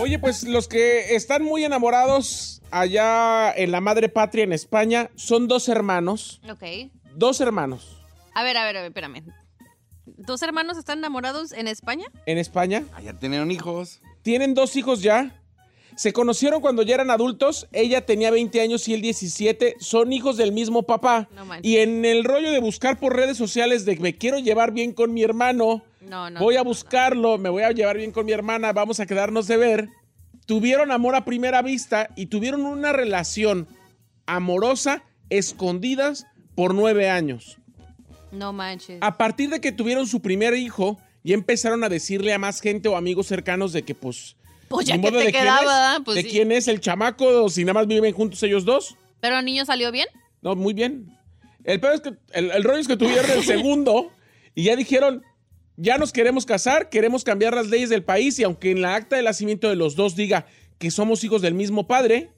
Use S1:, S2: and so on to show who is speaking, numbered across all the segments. S1: Oye, pues los que están muy enamorados allá en la madre patria en España son dos hermanos.
S2: Ok.
S1: Dos hermanos
S2: A ver, a ver, a ver, espérame. ¿Dos hermanos están enamorados en España?
S1: en España.
S3: Ah, ya tienen hijos.
S1: Tienen dos hijos ya. Se conocieron cuando ya eran adultos. Ella tenía 20 años y él 17. Son hijos del mismo papá.
S2: No manches.
S1: y en el rollo de buscar por redes sociales de que me quiero llevar bien con mi hermano,
S2: No, no.
S1: voy
S2: no,
S1: a
S2: no,
S1: buscarlo, me voy a llevar bien con mi hermana, vamos a quedarnos de ver. Tuvieron amor a primera vista y tuvieron una relación amorosa escondidas por nueve años.
S2: No, No manches.
S3: Ah.
S1: A partir de que tuvieron su primer hijo, ya empezaron a decirle a más gente o amigos cercanos de que, pues.
S2: Pues ya
S1: ni
S2: que
S1: modo,
S2: te
S1: quién
S2: quedaba,
S1: es?
S2: ¿verdad? Pues
S1: ¿De
S2: sí.
S1: quién es el chamaco? Si nada más viven juntos ellos dos.
S2: ¿Pero el niño salió bien?
S1: No, muy bien. El peor es que. El, el rollo es que tuvieron el segundo y ya dijeron. Ya nos queremos casar, queremos cambiar las leyes del país y aunque en la acta de nacimiento de los dos diga que somos hijos del mismo padre,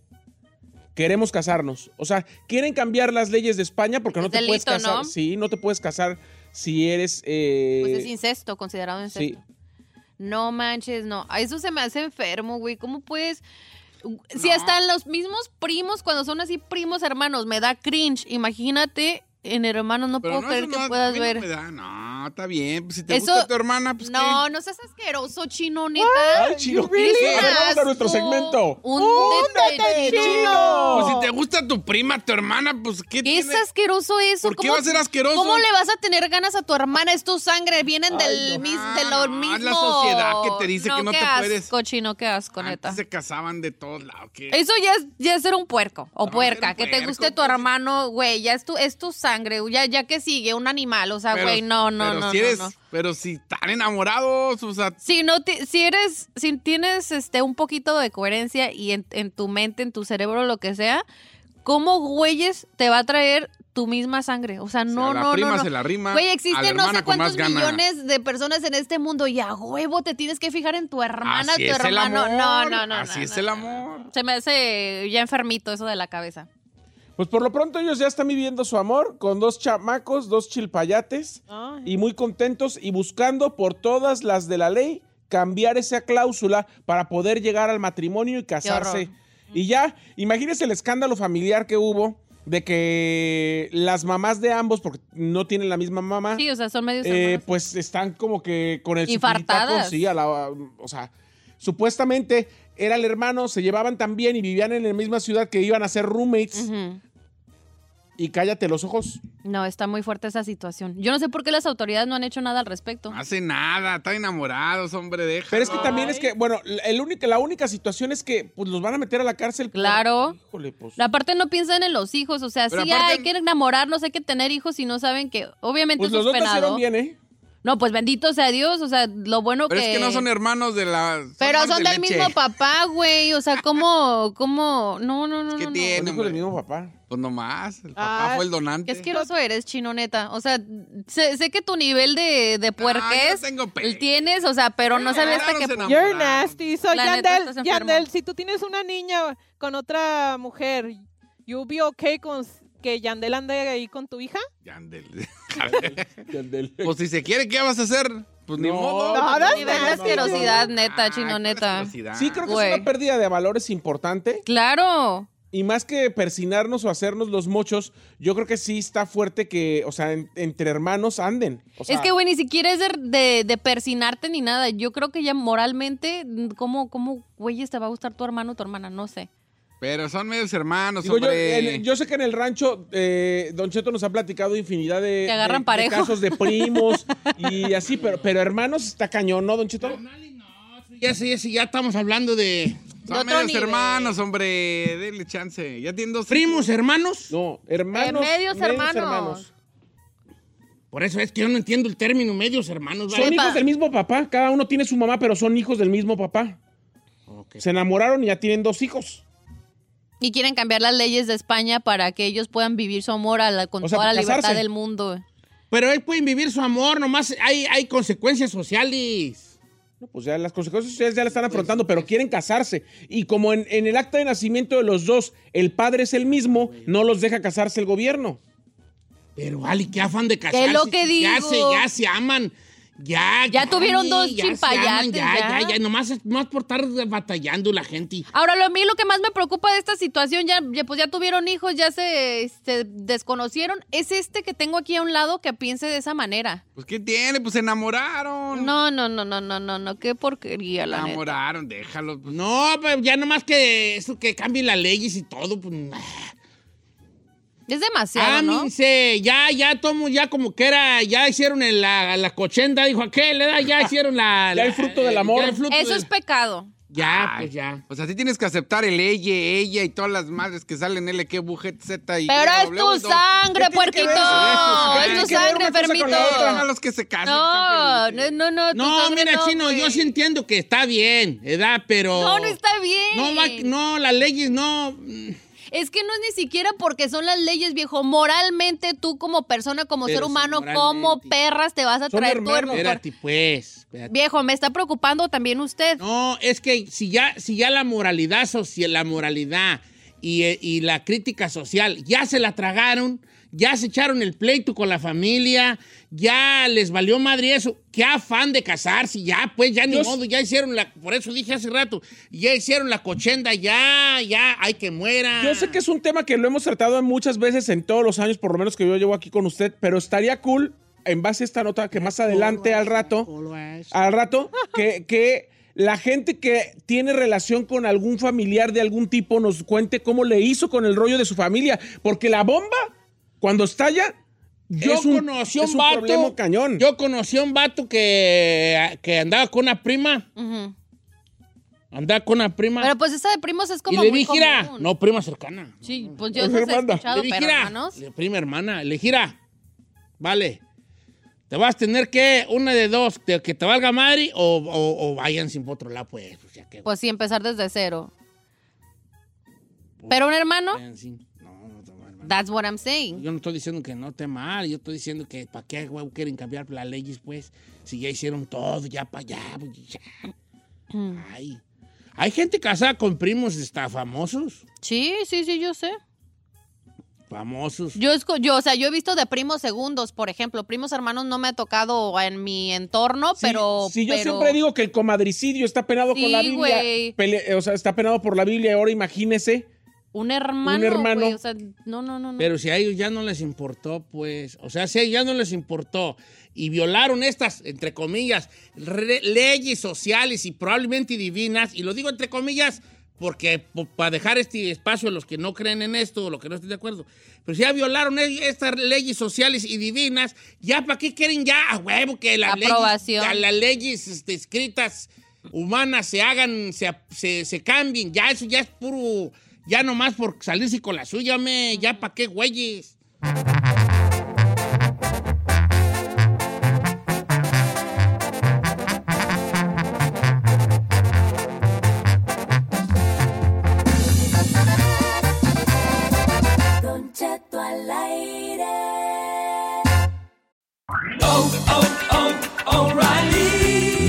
S1: queremos casarnos. O sea, quieren cambiar las leyes de España porque no
S2: Es
S1: te puedes
S2: delito,
S1: casar.
S2: ¿no?
S1: Sí, no te puedes casar si eres... eh,
S2: Pues es incesto, considerado
S1: sí.
S2: incesto. No manches, no. A Eso se me hace enfermo, güey. ¿Cómo puedes...? Si hasta en los mismos primos, cuando son así primos hermanos, me da cringe. Imagínate, en hermanos no puedo
S3: no,
S2: creer
S3: eso
S2: que
S3: no, a
S2: puedas
S3: mí no
S2: ver.
S3: me da, no, está bien. pues, si te
S2: Eso-
S3: gusta tu hermana, pues
S2: no,
S3: ¿qué?
S2: no seas asqueroso, chino, neta.
S1: Ay, chino.
S2: Eres
S1: A
S2: un
S1: ver, vamos a nuestro
S2: asco.
S1: segmento.
S2: Un
S3: Oh,
S2: detalle
S3: Pues si te gusta tu prima, tu hermana, pues qué,
S2: ¿Qué es
S3: tiene?
S2: asqueroso eso?
S3: ¿Por qué
S2: ¿Cómo-
S3: va a ser asqueroso?
S2: ¿Cómo le vas a tener ganas a tu hermana? Es tu sangre, vienen del, mis-
S3: Ah,
S2: de lo
S3: no,
S2: mismo.
S3: es la sociedad que te dice que no
S2: qué
S3: te
S2: asco,
S3: puedes-
S2: chino, qué asco, neta.
S3: Antes se casaban de todos lados. ¿qué?
S2: Eso ya es, ya es ser un puerco o
S3: No,
S2: puerca.
S3: Ah, ser
S2: Que
S3: un
S2: te
S3: puerco,
S2: guste tu
S3: pues.
S2: hermano, güey, ya es tu, es tu sangre. Ya, ya que sigue un animal, o sea,
S3: Pero-
S2: güey, no, no,
S3: pero
S2: no,
S3: si
S2: no,
S3: eres-
S2: no.
S3: Pero si están enamorados, o sea,
S2: Si no ti- si eres, si tienes este un poquito de coherencia y en, en tu mente, en tu cerebro, lo que sea, ¿cómo güeyes te va a traer tu misma sangre? O sea, no,
S3: a la
S2: no,
S3: prima
S2: no, no.
S3: se la rima,
S2: Güey,
S3: a la
S2: existen no
S3: hermana
S2: sé
S3: con más
S2: cuántos
S3: gana.
S2: millones de personas en este mundo y a huevo te tienes que fijar en tu hermana,
S3: así
S2: tu
S3: es el
S2: hermano.
S3: amor.
S2: no, no, no.
S3: Así
S2: no,
S3: es
S2: no,
S3: el
S2: no.
S3: amor.
S2: Se me hace ya enfermito eso de la cabeza.
S1: Pues por lo pronto ellos ya están viviendo su amor con dos chamacos, dos chilpayates y muy contentos y buscando por todas las de la ley cambiar esa cláusula para poder llegar al matrimonio y casarse.
S2: horror.
S1: Y ya, imagínense el escándalo familiar que hubo de que las mamás de ambos, porque no tienen la misma
S3: Ah,
S1: mamá,
S2: Sí, o sea, son medios
S1: eh,
S2: hermanos.
S1: pues están como que con el
S2: Infartadas.
S1: supiritaco, sí, a la, o sea, supuestamente era el hermano, se llevaban tan bien y vivían en la misma ciudad que iban a ser roommates
S2: Ujú.
S1: y cállate los ojos.
S2: No, está muy fuerte esa situación. Yo no sé por qué las autoridades no han hecho nada al respecto.
S3: No hace nada, están enamorados, hombre, deja.
S1: Pero es que también es que, bueno, el único, la única situación es que pues, los van a meter a la cárcel. por-
S2: Claro.
S1: Híjole, pues.
S2: Aparte no piensan en los hijos, o sea,
S3: Pero
S2: sí
S3: aparte-
S2: hay que enamorarnos, hay que tener hijos y no saben que obviamente
S1: Pues
S2: eso
S1: los dos
S2: es penado.
S1: nacieron bien, ¿eh?
S2: No, pues bendito sea Dios, o sea, lo bueno
S3: Pero
S2: que
S3: es que no son hermanos de la.
S2: Pero
S3: hermanos
S2: son
S3: de
S2: del
S3: leche.
S2: mismo papá, güey, o sea, cómo cómo no, no, no,
S3: ¿Qué
S2: no, no.
S3: tiene?
S1: Los hijos del
S3: hombre?
S1: mismo papá.
S3: Pues nomás, el papá
S2: Ah,
S3: fue el donante.
S2: Qué asqueroso eres, chino, neta. O sea, sé, sé que tu nivel de, de
S3: Ah, yo
S2: puerqués
S3: tengo pe-
S2: tienes, o sea, pero no sabes hasta qué...
S3: Enamorados, enamorados.
S4: You're nasty. So,
S2: La neta,
S4: Yandel,
S2: estás enfermo.
S4: Yandel, si tú tienes una niña con otra mujer, you'll be okay con, que Yandel ande ahí con tu hija?
S3: Yandel.
S1: Yandel.
S3: pues si se quiere, ¿qué vas a hacer? Pues ni
S1: No.
S3: modo.
S4: No, no,
S2: Nivel de
S4: no, no,
S2: asquerosidad,
S3: no.
S2: neta,
S3: Ay,
S2: chino,
S3: qué
S2: neta.
S3: Ah, asquerosidad.
S1: Sí, creo que
S2: Güey.
S1: es una pérdida de valores importante.
S2: Claro.
S1: Y más que persinarnos o hacernos los mochos, yo creo que sí está fuerte que, o sea, en- entre hermanos anden. O sea,
S2: es que, güey, ni siquiera es de, de- de persinarte ni nada. Yo creo que ya moralmente, ¿cómo, cómo, güey, te va a gustar tu hermano o tu hermana? No sé.
S3: Pero son medios hermanos,
S1: Digo, yo,
S3: hombre.
S1: en- yo sé que en el rancho eh, Don Cheto nos ha platicado infinidad de,
S2: Que agarran
S1: de- de
S2: parejo.
S1: casos de primos y así, pero, pero hermanos está cañón, ¿no, Don Cheto?
S5: Ya sé, ya sé, ya estamos hablando de
S2: De
S3: Son
S2: otro
S3: medios
S2: nivel.
S3: hermanos, hombre. Denle chance. Ya tienen dos
S5: primos, hermanos.
S1: No, hermanos.
S2: Eh, medios hermanos.
S5: Por eso es que yo no entiendo el término medios hermanos.
S1: Son
S5: ¿vale?
S2: Epa.
S1: hijos del mismo papá, cada uno tiene su mamá, pero son hijos del mismo papá.
S5: Ok.
S1: Se enamoraron y ya tienen dos hijos.
S2: Y quieren cambiar las leyes de España para que ellos puedan vivir su amor a la- con
S1: O sea,
S2: toda la
S1: casarse.
S2: libertad del mundo.
S5: Pero ellos pueden vivir su amor, nomás hay, hay consecuencias sociales.
S1: No, pues ya las consecuencias sociales ya la están afrontando, pero quieren casarse. Y como en, en el acta de nacimiento de los dos, el padre es el mismo, no los deja casarse el gobierno.
S5: Pero vale, qué afán de casarse.
S2: ¿Qué es lo que
S5: Ya
S2: digo?
S5: se, ya se aman. Ya,
S2: Ya tuvieron dos
S5: ya se aman,
S2: chimpayates,
S5: Ya,
S2: ya.
S5: ya, ya, nomás, es- nomás por estar batallando la gente.
S2: Ahora, lo, a mí lo que más me preocupa de esta situación, ya, ya, pues ya tuvieron hijos, ya se, se desconocieron, es este que tengo aquí a un lado que piense de esa manera.
S3: Pues ¿qué tiene? Pues se enamoraron.
S2: No, no, no, no, no, no, no, qué porquería,
S3: Se
S2: la neta.
S3: enamoraron, déjalo. pues.
S5: No, pues ya nomás que eso que cambien las leyes y todo, pues. ah.
S2: Es demasiado, ¿no?
S5: Ámense, ya, ya tomo, ya como que era, ya hicieron el- la, la cochenda, dijo aquel, ¿verdad? ya hicieron la.
S1: Ya
S5: la-
S1: el fruto del amor.
S5: ya el fruto
S2: Eso
S5: del-
S2: es pecado.
S5: Ya,
S3: Ay,
S5: pues ya.
S3: Pues así tienes que aceptar el ella, ella y todas las madres que salen L, Q, Bujet, Z y
S2: Pero
S3: Y,
S2: es
S3: W,
S2: tu
S3: do-
S2: sangre,
S1: ¿Qué tiene que
S2: puerquito.
S1: ver eso?
S2: Es
S3: Tiene
S2: tu
S3: que ver
S1: una cosa
S2: sangre,
S1: con la
S3: Dejan a
S2: enfermito.
S3: los que se casen.
S2: No,
S3: están
S2: no,
S3: felices.
S2: no, no. tu
S5: No,
S2: sangre
S5: mira, chino, yo
S2: güey.
S5: sí entiendo que está bien, ¿verdad? Pero.
S2: No, no está bien.
S5: No, va- no, las leyes no. mm,
S2: Es que no es ni siquiera porque son las leyes, viejo. Moralmente, tú como persona, como
S5: Pero
S2: ser
S5: sí,
S2: humano,
S5: moralmente.
S2: como perras te vas a
S1: Son
S2: traer tu
S1: hermanos.
S2: hermano.
S5: Espérate, pues. espérate.
S2: Viejo, me está preocupando también usted.
S5: No, es que si ya, si ya la moralidad social, la moralidad y, eh, y la crítica social ya se la tragaron, ya se echaron el pleito con la familia, ya les valió madre eso, qué afán de casarse, ya pues, ya ni
S1: Yo s-
S5: modo, ya hicieron la, por eso dije hace rato, ya hicieron la cochenda, ya, ya, hay que muera.
S1: Yo sé que es un tema que lo hemos tratado muchas veces en todos los años, por lo menos que yo llevo aquí con usted, pero estaría cool, en base a esta nota, que más adelante, al rato, al rato, que, que la gente que tiene relación con algún familiar de algún tipo nos cuente cómo le hizo con el rollo de su familia, porque la bomba, cuando estalla,
S5: Yo
S1: es un,
S5: conocí a un,
S1: es un
S5: vato.
S1: problema cañón.
S5: Yo conocí a un vato que, Eh, que andaba con una prima.
S2: Ujú.
S5: Andaba con una prima.
S2: Pero pues esa de primos es como
S5: y le
S2: muy
S5: dije, "Mira,
S2: común.
S5: no, prima cercana.
S2: Sí, pues yo
S1: Es
S2: no he
S1: hermana.
S2: escuchado,
S5: Le dije,
S2: pero
S5: "Mira",
S2: hermanos.
S5: le- prima hermana, le gira. Vale. Te vas a tener que, una de dos, te- que te valga madre o, o, o vayan sin otro lado, pues. O sea, que
S2: Pues sí, empezar desde cero. Pero un hermano,
S5: vayan sin- No, no, no, hermano.
S2: that's what I'm saying.
S5: Yo no estoy diciendo que no esté mal, yo estoy diciendo que para qué huevo quieren cambiar las leyes, pues, si ya hicieron todo, ya para allá, pues, ya. Ay. Hay gente casada con primos está, famosos,
S2: Sí, sí, sí, yo sé.
S5: famosos.
S2: Yo, escu- yo, o sea, yo he visto de primos segundos, por ejemplo. Primos hermanos no me ha tocado en mi entorno,
S1: Sí,
S2: pero.
S1: Si yo
S2: pero-
S1: siempre digo que el comadricidio está penado
S2: Sí,
S1: con la Biblia,
S2: güey.
S1: pele- o sea, está penado por la Biblia, ahora imagínese.
S2: Un hermano.
S1: Un hermano.
S2: güey, o sea, no, no, no. no.
S5: Pero si a ellos ya no les importó, pues, o sea, si a ellos ya no les importó y violaron estas, entre comillas, re- leyes sociales y probablemente divinas, y lo digo entre comillas porque para dejar este espacio a los que no creen en esto o los que no estén de acuerdo, pero si ya violaron e- estas leyes sociales y divinas, ya para qué quieren ya a huevo que las
S2: Aprobación.
S5: leyes, a las leyes este, escritas humanas se hagan, se, ap- se, se cambien, ya eso ya es puro, ya nomás por salirse con la suya, me, ya para qué güeyes.
S6: oh, oh, O'Reilly.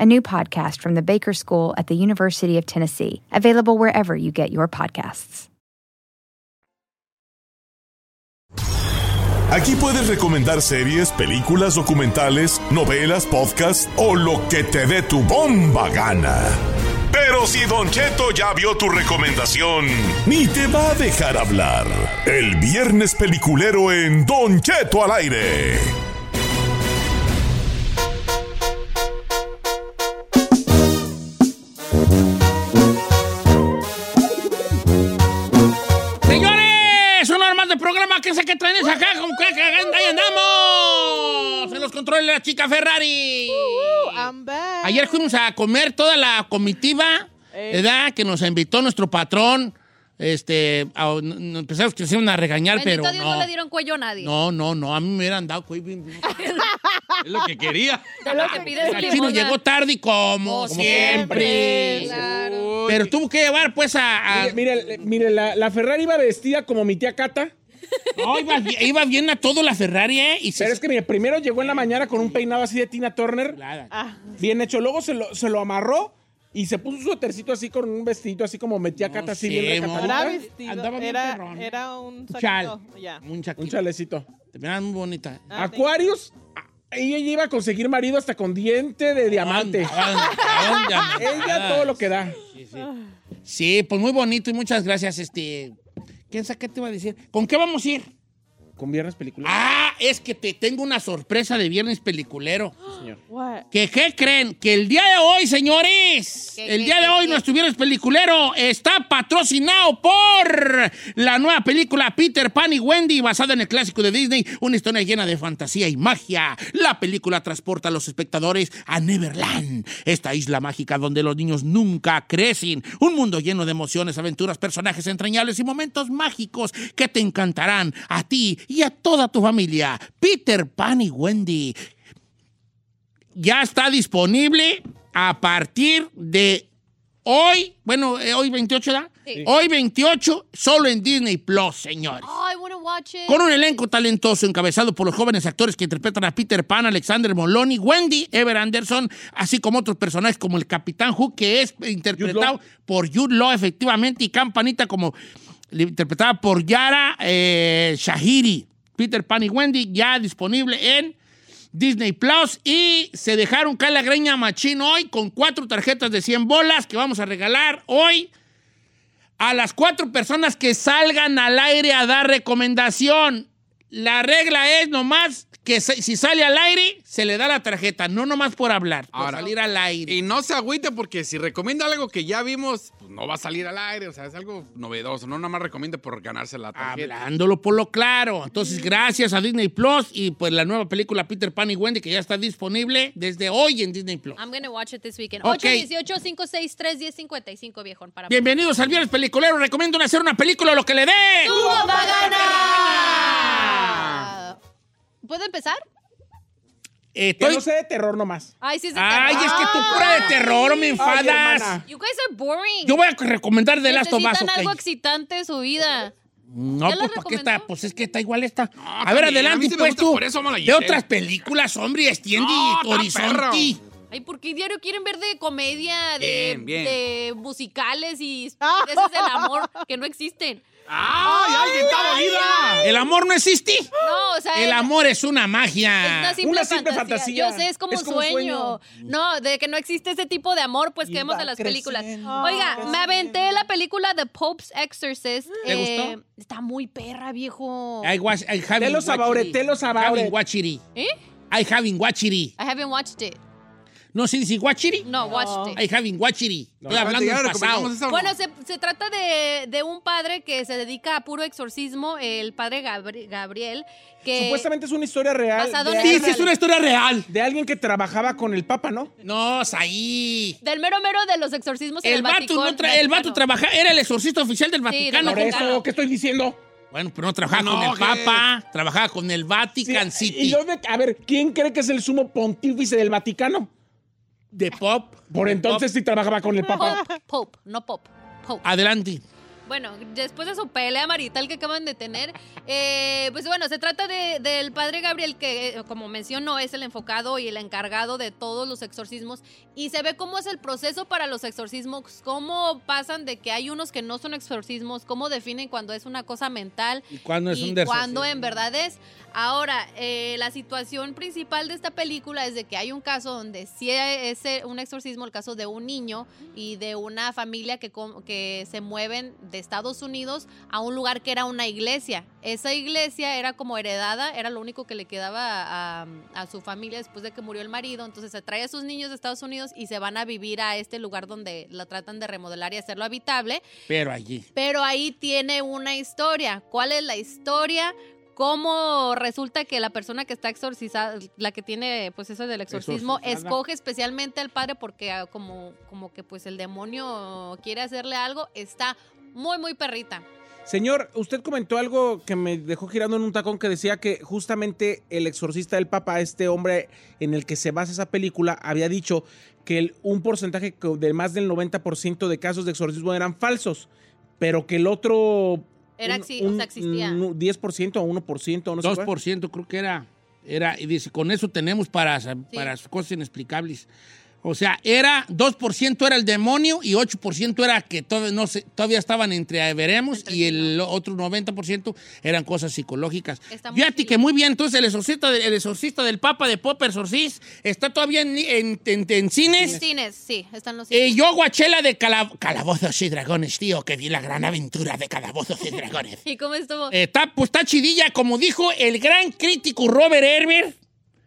S7: a new podcast from the Baker School at the University of Tennessee, available wherever you get your podcasts.
S8: Aquí puedes recomendar series, películas, documentales, novelas, podcasts o lo que te dé tu bomba gana. Pero si Don Cheto ya vio tu recomendación, ni te va a dejar hablar. El viernes peliculero en Don Cheto al aire.
S5: Señores, una hora más de programa. ¿Qué sé que traen acá? ¿Cómo que que- ahí andamos? En los controles la chica Ferrari.
S2: Uh,
S4: I'm back.
S5: Ayer fuimos a comer toda la comitiva,
S4: Eh.
S5: ¿verdad? Que nos invitó nuestro patrón. Este, a- n- n- empezamos que se iban a regañar,
S2: Bendito
S5: pero
S2: Dios no.
S5: no.
S2: le dieron cuello a nadie.
S5: No, no, no, a mí me hubieran dado cuello.
S3: Es lo que quería.
S2: Lo que pides
S5: El
S2: es
S5: chino
S2: limosna.
S5: llegó tarde y como,
S1: Como
S5: siempre.
S1: siempre.
S2: Claro.
S3: Uy,
S5: Pero tuvo que llevar, pues, a... a-
S1: Mire, mire, mire, la, la Ferrari iba vestida como mi tía Cata.
S5: No, iba, bien- iba bien a todo la Ferrari, ¿eh? Y se-
S1: Pero es que, mire, primero llegó en la mañana con un peinado así de Tina Turner.
S5: Ah,
S4: Ah,
S1: Bien hecho. Luego se lo, se lo amarró y se puso su tercito así con un vestidito así como metía
S5: No
S1: cata así
S5: sé,
S1: bien
S5: mo.
S1: recatadita.
S4: Era
S5: Andaba-
S4: vestido.
S5: andaba bien
S4: era,
S5: perrón.
S4: era un saquito.
S5: Chal.
S4: Ya.
S5: Un chaquito.
S1: Un chalecito.
S5: Te miras muy bonita.
S4: Ah, sí.
S1: Acuarios, a- ella iba a conseguir marido hasta con diente de diamante. Ella todo lo que da.
S4: Ah.
S5: Sí, pues muy bonito y muchas gracias. Este, ¿quién sabe qué te iba a decir? ¿Con qué vamos a ir?
S1: Con viernes película.
S5: Ah, es que te tengo una sorpresa de viernes peliculero.
S4: What?
S5: ¿Que qué creen? Que el día de hoy, señores,
S2: ¿Qué,
S5: el
S2: qué,
S5: día de
S2: qué,
S5: hoy
S2: qué?
S5: nuestro viernes peliculero está patrocinado por la nueva película Peter Pan y Wendy, basada en el clásico de Disney, una historia llena de fantasía y magia. La película transporta a los espectadores a Neverland, esta isla mágica donde los niños nunca crecen, un mundo lleno de emociones, aventuras, personajes entrañables y momentos mágicos que te encantarán a ti y a toda tu familia. Peter Pan y Wendy ya está disponible a partir de hoy, bueno, eh, hoy 28, ¿da?
S2: Sí.
S5: Hoy 28, solo en Disney Plus, señores.
S2: Oh, I wanna watch it.
S5: Con un elenco talentoso encabezado por los jóvenes actores que interpretan a Peter Pan, Alexander Moloney, Wendy, Ever Anderson, así como otros personajes como el Capitán Hook, que es interpretado
S1: Law.
S5: por Jude Law, efectivamente, y Campanita, como interpretada por Yara eh, Shahiri. Peter Pan y Wendy, ya disponible en Disney Plus. Y se dejaron caer la greña machín hoy con cuatro tarjetas de 100 bolas que vamos a regalar hoy a las cuatro personas que salgan al aire a dar recomendación. La regla es nomás que se- si sale al aire, se le da la tarjeta, no nomás por hablar, por
S3: Ahora.
S5: salir al aire.
S3: Y no se agüite porque si recomienda algo que ya vimos, pues no va a salir al aire. O sea, es algo novedoso. No nada más recomienda por ganarse
S5: Ah,
S3: la tarjeta.
S5: Hablándolo por lo claro. Entonces, gracias a Disney Plus y pues la nueva película Peter Pan y Wendy que ya está disponible desde hoy en Disney Plus.
S2: I'm gonna watch it this weekend.
S5: Ok.
S2: 818-563-1055, viejón. Para
S5: Bienvenidos al Viernes Peliculero. Recomiendo hacer una película lo que le dé.
S2: va a ganar! ¿Puedo empezar?
S5: Eh,
S1: Que
S5: estoy-
S1: no sé de terror nomás.
S2: Ay, sí, sí.
S5: Ay, es que tú pura de terror, me enfadas.
S1: hermana.
S2: You guys are boring.
S5: Yo voy a recomendar de Last of Us,
S2: Necesitan
S5: ok.
S2: algo excitante de su vida.
S5: No,
S2: ¿Ya la
S5: pues ¿para qué
S2: recomendó?
S5: está? Pues es que está igual esta. a ver,
S3: también, a mí
S5: adelante,
S3: sí me
S5: pues
S3: gusta,
S5: tú.
S3: por eso amo la
S5: de
S3: Giselle.
S5: otras películas, hombre, extiende
S3: No,
S5: tu
S3: está
S5: horizonte.
S2: Ay, ¿por qué diario quieren ver de comedia, de,
S3: Bien, bien.
S2: de musicales y esas del amor que no existen?
S3: ¡Ay, alguien está dolida!
S5: El amor no existe.
S2: No, o sea,
S5: El
S2: es-
S5: amor es una
S2: es
S5: magia.
S2: una simple,
S1: Una simple
S2: fantasía.
S1: fantasía.
S2: Yo sé, es como,
S1: Es como un
S2: sueño. No, de que no existe ese tipo de amor, pues que vemos en las películas.
S1: creciendo,
S2: Oiga, me aventé la película The Pope's Exorcist.
S5: ¿Te
S2: eh,
S5: gustó?
S2: Está muy perra, viejo.
S5: I was, I have
S1: Telo Sabaure, Telo Sabaure.
S5: Guachiri.
S2: ¿Eh?
S5: I having Guachiri.
S2: I haven't watched it.
S5: No se dice Guachiri.
S2: No, watched it.
S5: I having Guachiri.
S1: No,
S5: Estoy hablando del pasado.
S2: Bueno, se, se trata de, de un padre que se dedica a puro exorcismo, el padre Gabri- Gabriel, que...
S1: Supuestamente es una historia real
S2: Eh, Basado
S1: de,
S2: en-
S5: Sí, sí, es una historia real.
S1: de alguien que trabajaba con el Papa, ¿no?
S5: No, Saí.
S2: Del mero mero de los exorcismos en
S5: El
S2: el
S5: vato, no
S2: Vaticón-
S5: tra- el vato
S2: Vaticano.
S5: trabaja, era el exorcista oficial del Vaticano.
S1: Por
S2: del
S5: compa.
S2: Vaticano.
S1: eso, ¿qué estoy diciendo?
S5: Bueno, pero no trabajaba
S3: No,
S5: con el
S3: que-
S5: Papa, trabajaba con el
S1: Sí,
S5: Vatican
S1: y
S5: City.
S1: yo de- a ver, ¿quién cree que es el sumo pontífice del Vaticano?
S5: De pop.
S1: Por
S5: de
S1: entonces sí trabajaba con el Papa.
S2: Pope, Pope, no Pope. Pope.
S5: pop. Adelante.
S2: Bueno, después de su pelea marital que acaban de tener, eh, pues bueno, se trata de- del padre Gabriel, que eh, como mencionó, es el enfocado y el encargado de todos los exorcismos. Y se ve cómo es el proceso para los exorcismos, cómo pasan de que hay unos que no son exorcismos, cómo definen cuando es una cosa mental
S5: ¿Y cuándo es
S2: y
S5: un
S2: cuando
S5: exorcismo?
S2: en verdad es. Ahora, eh, la situación principal de esta película es de que hay un caso donde sí es eh, un exorcismo, el caso de un niño y de una familia que, com- que se mueven de Estados Unidos a un lugar que era una iglesia. Esa iglesia era como heredada, era lo único que le quedaba a, a su familia después de que murió el marido. Entonces se trae a sus niños de Estados Unidos y se van a vivir a este lugar donde la tratan de remodelar y hacerlo habitable.
S5: Pero allí.
S2: Pero ahí tiene una historia. ¿Cuál es la historia? ¿Cómo resulta que la persona que está exorcizada, la que tiene pues eso del exorcismo,
S1: Exorcizada.
S2: escoge especialmente al padre porque ah, como, como que pues el demonio quiere hacerle algo? Está muy, muy perrita.
S1: Señor, usted comentó algo que me dejó girando en un tacón que decía que justamente el exorcista del Papa, este hombre en el que se basa esa película, había dicho que el- un porcentaje co- de más del 90% de casos de exorcismo eran falsos, pero que el otro...
S2: Era
S1: un-
S2: exi- o
S1: un-
S2: sea, existía.
S1: un 10% o 1%, no sé. cuál.
S5: 2% creo que era. era. Y dice, con eso tenemos para, sa- para cosas inexplicables. O sea, era 2% era el demonio y 8% era que todavía, no se- todavía estaban entre ahí veremos
S2: Entre
S5: y el otro 90% eran cosas psicológicas.
S2: Está muy
S5: Fíjate
S2: chila.
S5: que muy bien, entonces el exorcista, de- el exorcista del Papa de Pop Exorcist está todavía en, en- en- en cines.
S2: En cines, sí, están los
S5: Eh,
S2: cines.
S5: yo, Guachela de Cala- Calabozos y Dragones, tío, que vi la gran aventura de Calabozos y Dragones.
S2: ¿Y cómo estuvo?
S5: Eh, Está, pues está chidilla, como dijo el gran crítico Robert Herbert.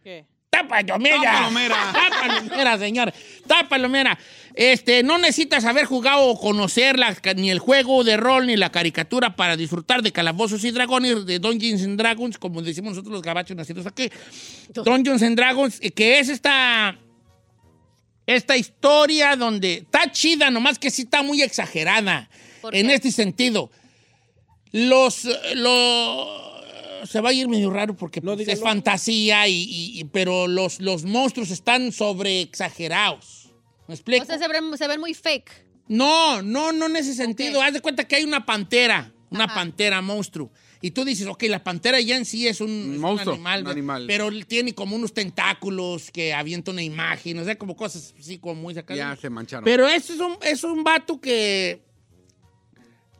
S4: ¿Qué?
S5: Está palomera.
S3: Está palomera.
S5: Está palomera, señor. Está palomera. Este, no necesitas haber jugado o conocer la ca- ni el juego de rol ni la caricatura para disfrutar de Calabozos y Dragones, de Dungeons and Dragons, como decimos nosotros los gabachos nacidos aquí. Dungeons and Dragons, eh, que es esta... Esta historia donde está chida, nomás que sí está muy exagerada.
S2: ¿Por
S5: En
S2: qué?
S5: este sentido, los, eh, lo- se va a ir medio raro porque
S1: No,
S5: pues, es
S1: dígalo.
S5: fantasía y, y- y- pero los, los monstruos están sobre exagerados. ¿Me explico?
S2: O sea, se ven, se ven muy fake.
S5: No, no, no en ese sentido.
S2: Ok.
S5: Haz de cuenta que hay una pantera, una
S2: Ajá.
S5: pantera monstruo. Y tú dices, ok, la pantera ya en sí es un, es un
S3: monstruo,
S5: animal,
S3: un
S5: ¿verdad?
S3: animal.
S5: pero tiene como unos tentáculos que avienta una imagen, o sea, como cosas así como muy sacadas.
S3: Ya se mancharon.
S5: Pero ese es un, es un vato que,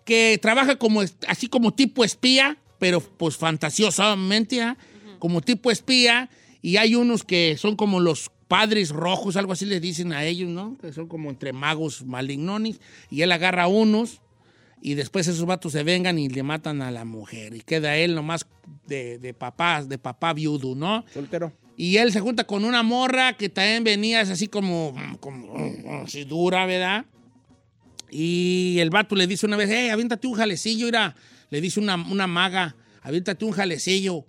S5: que trabaja como est- así como tipo espía, pero pues fantasiosamente, ¿ah? como tipo espía. Y hay unos que son como los padres rojos, algo así le dicen a ellos, ¿no? Que son como entre magos malignonis. Y él agarra a unos y después esos vatos se vengan y le matan a la mujer. Y queda él nomás de, de papás, de papá viudo, ¿no?
S1: Soltero.
S5: Y él se junta con una morra que también venía es así como, como así dura, ¿verdad? Y el vato le dice una vez, hey, aviéntate un jalecillo, mira. Le dice una, una maga, aviéntate un jalecillo,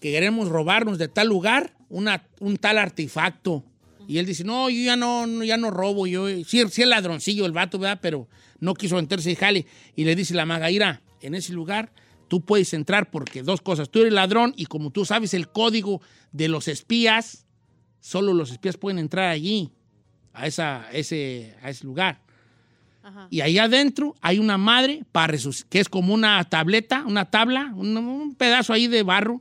S5: que queremos robarnos de tal lugar una, un tal artefacto. Y él dice, no, yo ya no, no- ya no robo, yo sí, sí es ladroncillo el vato, ¿verdad? Pero no quiso enterse y jale. Y le dice la maga, mira, en ese lugar tú puedes entrar porque dos cosas, tú eres ladrón y como tú sabes el código de los espías, solo los espías pueden entrar allí, a, esa, a ese, a ese lugar.
S2: Ajá.
S5: Y ahí adentro hay una madre para resuc- que es como una tableta, una tabla, un, un pedazo ahí de barro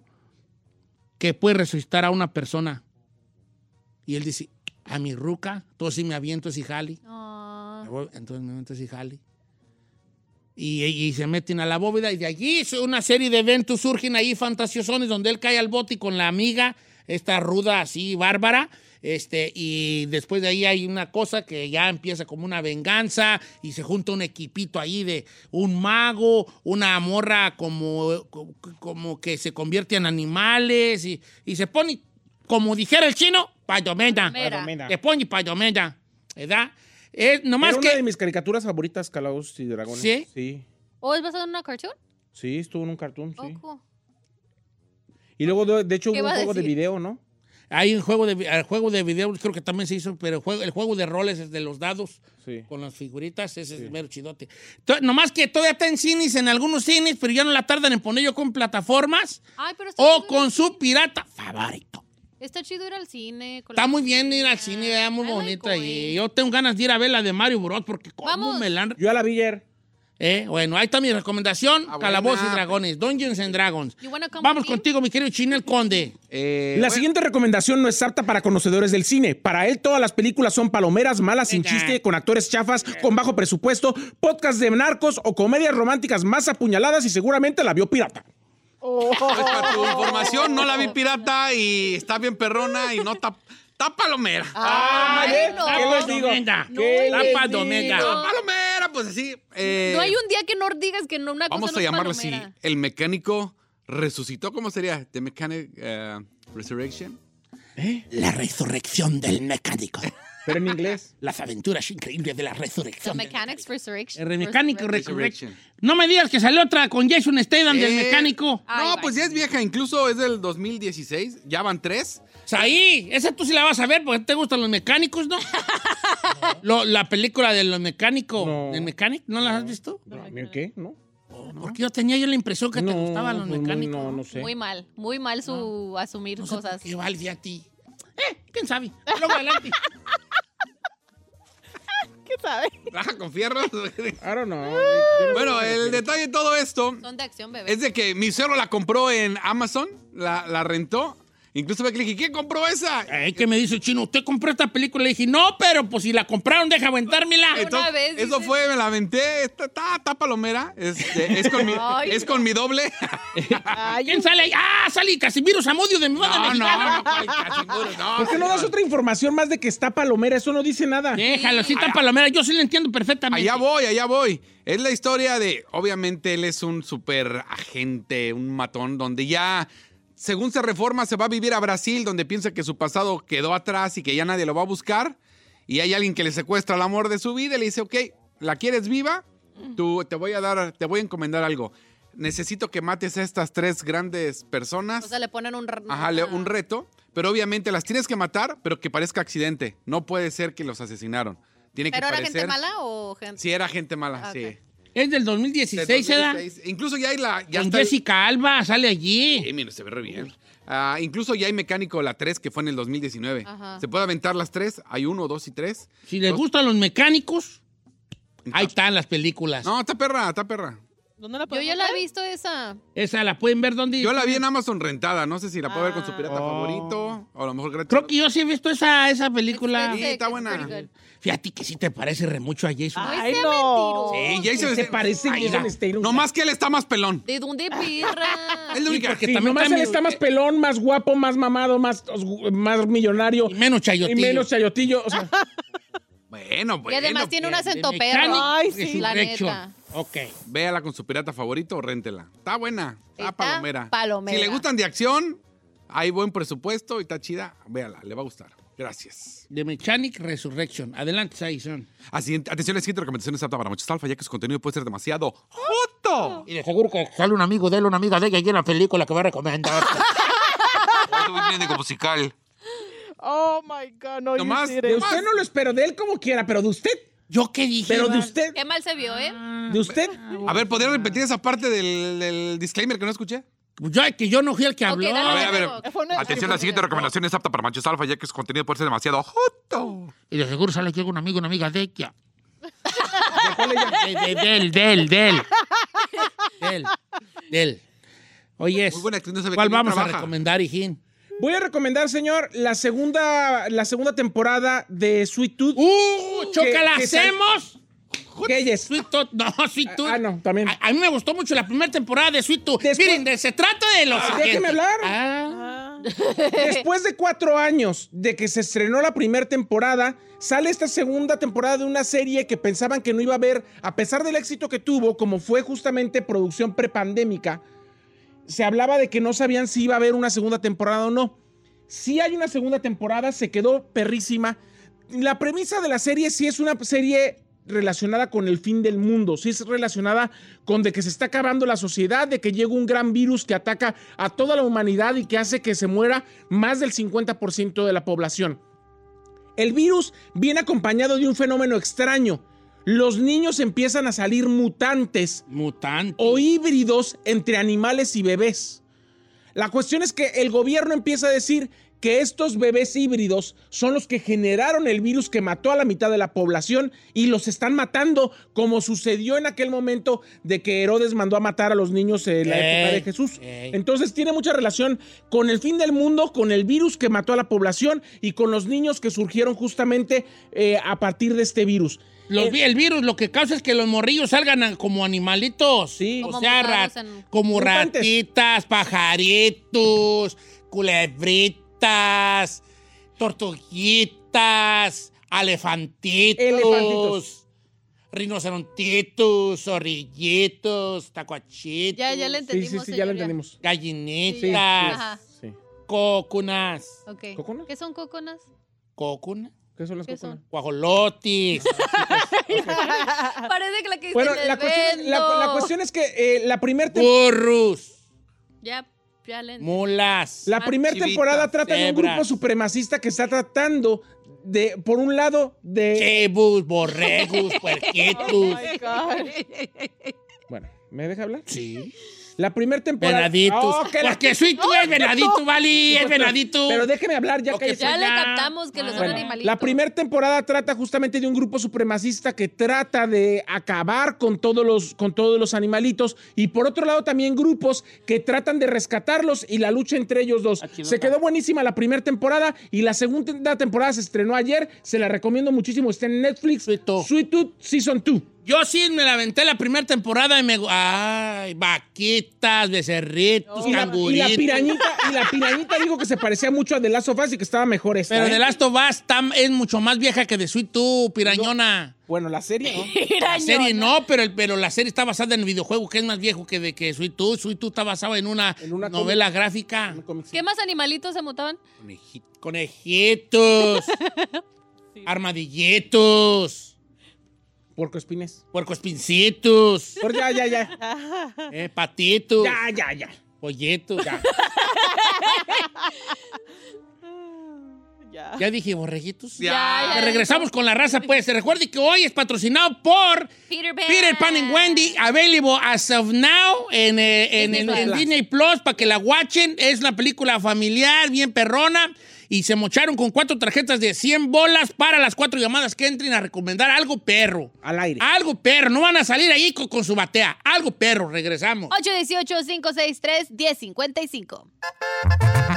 S5: que puede resucitar a una persona. Y él dice, a mi ruca, todo si me aviento si jali.
S2: Ah.
S5: Me voy- Entonces me meto así, jale. Y, y se meten a la bóveda y de allí su- una serie de eventos surgen ahí fantasiosones donde él cae al bote y con la amiga esta ruda así bárbara. Este, y después de ahí hay una cosa que ya empieza como una venganza y se junta un equipito ahí de un mago, una morra como, como que se convierte en animales y, y se pone, como dijera el chino, payomena.
S2: Mira.
S1: Palomera.
S5: Se pone payomena, ¿verdad? Es Eh, nomás
S1: Era una
S5: que...
S1: de mis caricaturas favoritas, Calabozos y Dragones.
S5: ¿Sí?
S1: Sí,
S2: ¿O es basado en una cartoon?
S1: sí, estuvo en un cartoon, sí.
S2: Oh, cool.
S1: Y luego, de, de hecho,
S2: ¿Qué
S1: hubo un
S2: va a
S1: juego de
S2: decir?
S1: video, ¿no?
S5: Hay un juego de, vi- el juego de video, creo que también se hizo, pero el juego, el juego de roles es de los dados
S1: Sí.
S5: con las figuritas, ese es
S1: Sí.
S5: mero chidote. To- nomás que todavía está en cines, en algunos cines, pero ya no la tardan en poner yo con plataformas
S2: Ay, pero está,
S5: o
S2: chido,
S5: con su pirata favorito.
S2: está chido ir al cine. con la
S5: Está muy bien ir al cine,
S2: familia.
S5: ¿verdad? muy
S2: I like
S5: bonita. Y
S2: going.
S5: yo tengo ganas de ir a ver la de Mario Bros. porque como
S2: Vamos.
S5: me la han-
S1: Yo a la vi ayer.
S5: Eh, bueno, ahí está mi recomendación,
S3: Ah,
S5: Calabozos y
S3: buena.
S5: Dragones, Dungeons and Dragons.
S2: You wanna come
S5: Vamos
S2: with me?
S5: contigo, mi querido Chinel Conde.
S3: Eh,
S1: La
S3: bueno,
S1: siguiente recomendación no es apta para conocedores del cine. Para él, todas las películas son palomeras, malas, sin
S5: Venga.
S1: chiste, con actores chafas, con bajo presupuesto, podcast de narcos o comedias románticas más apuñaladas y seguramente la vio pirata.
S3: pues, para
S1: Oh.
S3: tu información, no la vi pirata y está bien perrona y no está, está palomera.
S2: Ah, Ay,
S1: ¿eh?
S2: no.
S1: ¿Qué les digo?
S5: Domega.
S1: ¿Qué
S5: La
S1: les
S5: Domega.
S2: digo?
S3: Ah, palomera, pues así. eh,
S2: No hay un día que no digas que no una cosa
S3: Vamos
S2: no
S3: a
S2: es
S3: llamarlo así.
S2: palomera.
S3: El mecánico resucitó, ¿cómo sería? The Mechanic eh, Resurrection.
S5: La resurrección del mecánico.
S1: ¿Eh? Pero en inglés.
S5: Las aventuras increíbles de la
S2: The
S5: resurrección. del
S2: Mechanics Resurrection.
S5: El mecánico
S2: Resurrection.
S5: resurrección.
S3: Resurrection.
S5: No me digas que salió otra con Jason Statham del
S3: Eh,
S5: mecánico.
S2: Ay,
S3: no,
S2: bye.
S3: pues ya es vieja, incluso es del 2016, ya van tres.
S1: Pues
S5: Ahí, esa tú sí la vas a ver porque te gustan los mecánicos, ¿no? Lo- la película de los mecánicos,
S1: No.
S5: del mecánico, ¿no la has visto? Oh,
S1: ¿Mira ¿Qué? ¿No?
S5: Porque yo tenía yo la impresión que te
S1: No,
S5: gustaban los
S1: pues, muy-
S5: mecánicos.
S1: No, no sé.
S2: Muy mal, muy mal su asumir
S5: No sé
S2: cosas.
S5: por ¿Qué vale a ti? Eh, quién sabe. Luego adelante.
S4: ¿Qué sabe?
S3: Trabaja Ah, con fierros.
S1: I don't know.
S3: bueno, el detalle de todo esto
S2: Son de acción, bebé.
S3: es de que mi suegro la compró en Amazon, la, la rentó. Incluso me dije, ¿quién compró esa?
S5: Ay, que me dice el chino, ¿usted compró esta película? Le dije, no, pero pues si la compraron, deja aventármela.
S3: Entonces,
S2: vez,
S3: eso
S2: dices.
S3: fue, me la aventé, está, está- está palomera, este, es, con mi,
S2: Ay,
S3: es con mi doble.
S4: Ay,
S5: ¿Quién sale ahí? ¡Ah, sale Casimiro Zamudio de mi banda
S3: No, no,
S5: mexicana!
S3: no, cuál cachinguro,
S5: Ah,
S3: no.
S1: ¿Por qué no das otra información más de que está palomera? Eso no dice nada.
S5: Déjalo, sí está palomera, yo sí lo entiendo perfectamente.
S3: Allá voy, allá voy. Es la historia de, obviamente, él es un super agente, un matón, donde ya, según se reforma, se va a vivir a Brasil, donde piensa que su pasado quedó atrás y que ya nadie lo va a buscar. Y hay alguien que le secuestra el amor de su vida y le dice, ok, ¿la quieres viva? Tú, te voy a dar, te voy a encomendar algo. Necesito que mates a estas tres grandes personas.
S2: O sea, le ponen un... r-
S3: Ajá, le- un reto. Pero obviamente las tienes que matar, pero que parezca accidente. No puede ser que los asesinaron. Tiene
S2: ¿Pero
S3: que
S2: era
S3: parecer...
S2: gente mala o gente...?
S3: Sí, era gente mala,
S2: Ah, ok.
S3: sí.
S5: Es del 2016, ¿verdad?
S3: 2016. Incluso ya hay la. Ya
S5: Con
S3: está-
S5: Jessica Alba, sale allí.
S3: Sí, mira, se ve re bien. Ah, incluso ya hay mecánico la 3 que fue en el 2019.
S2: Ajá.
S3: Se puede aventar las 3. Hay 1, 2 y 3.
S5: Si les gustan los mecánicos, ahí están las películas.
S3: No, está perra, está perra.
S4: ¿Dónde la
S2: Yo
S4: podemos
S2: ya la he
S4: ver?
S2: visto esa.
S5: Esa la pueden ver Oh. donde...
S3: Yo la vi en Amazon rentada. No sé si la puedo ver con su pirata
S1: Ah.
S3: favorito. O a lo mejor gratis.
S5: Creo que yo sí he visto esa, esa película.
S2: It's pretty
S3: está
S2: good,
S3: buena.
S2: it's pretty good.
S5: Fíjate que sí te parece re mucho a Jason.
S2: No
S4: Ay,
S2: sea
S4: no.
S2: mentiroso.
S3: Sí, Jason
S1: Se
S3: Statham.
S1: parece
S3: Ay,
S1: Jason
S3: ya.
S1: Statham.
S3: No más que él está más pelón.
S2: ¿De dónde, perra?
S3: Es la única.
S5: porque
S1: Sí,
S5: también eh,
S1: nomás
S5: está
S1: él está más pelón, más guapo, más mamado, más, más millonario.
S5: Y menos
S1: Y
S5: chayotillo.
S1: menos chayotillo. O sea,
S3: Bueno,
S2: Y
S3: bueno.
S2: además tiene un
S3: pues,
S2: acento
S5: De
S2: perro.
S5: mecánico
S4: Ay,
S5: de
S4: sí.
S5: su
S2: La
S5: derecho.
S2: neta.
S5: Ok.
S3: Véala con su pirata favorito o réntela. Está buena. Está,
S2: Está
S3: palomera.
S2: palomera.
S3: Si le gustan de acción, hay buen presupuesto y está chida, véala, le va a gustar. Gracias.
S5: The Mechanic Resurrection. Adelante, Jason.
S3: Así, atención, la siguiente recomendación es apta para muchos alfa, ya que su contenido puede ser demasiado joto.
S5: Y de seguro que sale un amigo de él, una amiga de ella, y en la película que va a recomendar.
S3: musical.
S4: Oh my God, no,
S3: Nomás,
S4: you did
S3: de
S1: de
S4: it.
S1: usted no lo espero, de él como quiera, pero de usted.
S5: ¿Yo qué dije?
S1: Pero de
S5: Val?
S1: usted.
S2: Qué mal se vio, ¿eh?
S5: Ah,
S1: De usted.
S3: A ver, ¿podría repetir esa parte del, del disclaimer que no escuché?
S5: Pues Yo, que yo no fui el que
S2: Ok,
S5: habló.
S2: dale.
S3: A ver, a ver.
S4: Fue una-
S3: Atención, la siguiente recomendación es apta para machos alfa, ya que su contenido puede ser demasiado joto.
S5: Y de seguro sale que un amigo, una amiga de ella. de, de, del, del, del. Del, del. Oye,
S3: Muy buena actriz, no se ve
S5: ¿cuál
S3: que bien
S5: vamos a
S3: trabaja.
S5: recomendar, hijín?
S1: Voy a recomendar, señor, la segunda, la segunda temporada de Sweet Tooth.
S5: ¡Uh! ¡Chócala!
S1: que sal-
S5: ¡Hacemos!
S1: ¿Qué es?
S5: Sweet Tooth. No, Sweet Tooth.
S1: Ah, no, también.
S5: A, a mí me gustó mucho la primera temporada de Sweet Tooth.
S1: Después- Ah,
S5: Miren, de- se trata de los.
S1: Déjeme hablar.
S5: Ah,
S4: Ah,
S1: Después de cuatro años de que se estrenó la primera temporada, sale esta segunda temporada de una serie que pensaban que no iba a haber, a pesar del éxito que tuvo, como fue justamente producción prepandémica. Se hablaba de que no sabían si iba a haber una segunda temporada o no. Si hay una segunda temporada, se quedó perrísima. La premisa de la serie sí es una serie relacionada con el fin del mundo, sí es relacionada con de que se está acabando la sociedad, de que llega un gran virus que ataca a toda la humanidad y que hace que se muera más del 50% de la población. El virus viene acompañado de un fenómeno extraño. Los niños empiezan a salir mutantes
S5: Mutante.
S1: o híbridos entre animales y bebés. La cuestión es que el gobierno empieza a decir que estos bebés híbridos son los que generaron el virus que mató a la mitad de la población y los están matando, como sucedió en aquel momento de que Herodes mandó a matar a los niños en la
S5: Ey,
S1: época de Jesús.
S5: ey.
S1: Entonces tiene mucha relación con el fin del mundo, con el virus que mató a la población y con los niños que surgieron justamente eh, a partir de este virus.
S5: Los vi- el virus lo que causa es que los morrillos salgan a- como animalitos.
S1: Sí.
S5: O
S2: Como
S5: sea,
S2: mutados
S5: ra-
S2: en-
S5: como
S1: Mutantes.
S5: ratitas, pajaritos, culebritas, tortuguitas, elefantitos,
S1: Elefantitos.
S5: rinocerontitos, orillitos, tacuachitos,
S2: Ya, ya le
S1: Sí,
S2: entendimos.
S1: sí, sí, ya lo
S2: señor,
S1: entendimos. Sí, sí,
S5: gallinitas,
S2: Ajá.
S1: sí.
S5: cocunas,
S2: Ok.
S1: ¿Coconas?
S2: ¿Qué son coconas?
S5: cocunas,
S1: ¿Qué son las
S2: ¿Qué
S1: coconas?
S2: son?
S5: guajolotis.
S2: Parece que la que
S1: Bueno,
S2: hiciste
S1: la
S2: del
S1: cuestión, la-
S2: vendo.
S1: la cuestión es que eh, la primera
S5: Burros,
S2: Ya, ya le entendí.
S5: mulas.
S1: La primera
S3: chivitas,
S1: temporada trata de un
S5: cebras.
S1: grupo supremacista que está tratando de, por un lado, de.
S5: Chebus, borregos,
S4: Oh
S5: puerquitos.
S4: my God.
S1: Bueno, ¿me deja hablar?
S5: Sí.
S1: La primera temporada.
S5: Venaditos.
S1: Oh, que la-
S5: Porque soy tú, es venadito, Vali, es venadito.
S1: Pero déjeme hablar, ya
S5: Lo
S1: que.
S5: que
S2: Ya le
S5: Ya.
S2: captamos que los son
S1: Bueno,
S2: animalitos.
S1: la primera temporada trata justamente de un grupo supremacista que trata de acabar con todos, los, con todos los animalitos y por otro lado también grupos que tratan de rescatarlos y la lucha entre ellos dos.
S5: Aquí no
S1: Se
S5: está.
S1: quedó buenísima la primera temporada y la segunda temporada se estrenó ayer. Se la recomiendo muchísimo. Está en Netflix.
S5: Sweet Tooth.
S1: Sweet Tooth Season 2.
S5: Yo sí me la aventé la primera temporada y me. gu- Ay, vaquitas, becerritos,
S1: Y la, y la
S5: canguritos.
S1: pirañita, y la pirañita dijo que se parecía mucho a The Last of Us y que estaba mejor esta.
S5: Pero
S1: ¿eh?
S5: de Last of Us tam- es mucho más vieja que de Sweet Tooth, pirañona.
S1: Bueno, la serie, ¿no?
S5: La serie no, pero, el, pero la serie está basada en el videojuego que es más viejo que de que Sweet Tooth. Sweet Tooth está basada en una,
S1: En una
S5: novela gráfica.
S1: Un cómic, sí.
S2: ¿Qué más animalitos se mutaban?
S5: Coneji- Conejitos. Armadillitos.
S1: Porco Espines.
S5: Puercoespincitos.
S1: Pero ya, ya, ya.
S5: eh, patitos.
S1: Ya, ya, ya.
S5: Pollitos. Ya.
S4: Ya.
S5: dije borreguitos.
S3: Ya.
S2: Ya,
S5: Que
S2: ya.
S5: regresamos con la raza, pues. Recuerde que hoy es patrocinado por
S2: Peter Pan.
S5: Peter Pan and Wendy, available as of now en, eh, en- en-
S2: Disney
S5: en
S2: Plus.
S5: Disney Plus para que la watchen. Es una película familiar, bien perrona. Y se mocharon con cuatro tarjetas de 100 bolas para las cuatro llamadas que entren a recomendar algo perro.
S1: Al aire.
S5: Algo perro, no van a salir ahí con, con su batea. Algo perro, regresamos.
S2: 818-563-1055.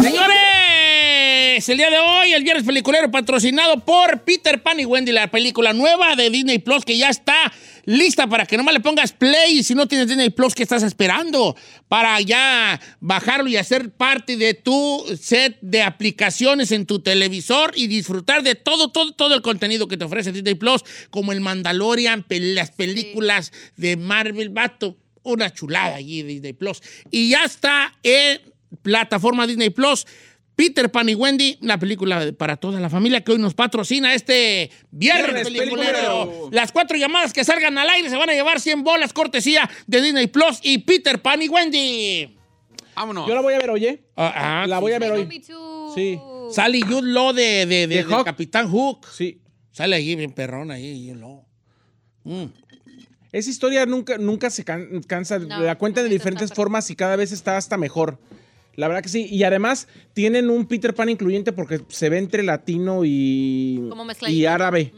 S5: Señores, Señores, el día de hoy, el viernes peliculero patrocinado por Peter Pan y Wendy, la película nueva de Disney Plus que ya está lista para que nomás le pongas play. Y si no tienes Disney Plus, ¿qué estás esperando? Para ya bajarlo y hacer parte de tu set de aplicaciones en tu televisor y disfrutar de todo, todo, todo el contenido que te ofrece Disney Plus, como el Mandalorian, pel- las películas de Marvel, vato. Una chulada allí Disney Plus. Y ya está en plataforma Disney Plus. Peter Pan y Wendy, la película de- para toda la familia que hoy nos patrocina este viernes,
S1: Viernes
S5: peliculero.
S1: peliculero.
S5: Las cuatro llamadas que salgan al aire se van a llevar 100 bolas cortesía de Disney Plus y Peter Pan y Wendy.
S3: Vámonos.
S1: Yo la voy a ver, oye.
S5: Ah, ah,
S1: La
S5: sí,
S1: voy a
S5: sí.
S1: ver hoy. Sí.
S5: Sale Jude Law de, de, de-
S1: ¿De
S5: de
S1: Hawk?
S5: Capitán Hook.
S1: Sí.
S5: Sale ahí bien perrón ahí Jude Law. Mm.
S1: Esa historia nunca, nunca se can- cansa.
S2: No,
S1: la cuentan de diferentes formas y cada vez está hasta mejor. La verdad que sí. Y además tienen un Peter Pan incluyente porque se ve entre latino y,
S2: Como mezcladito.
S1: y árabe.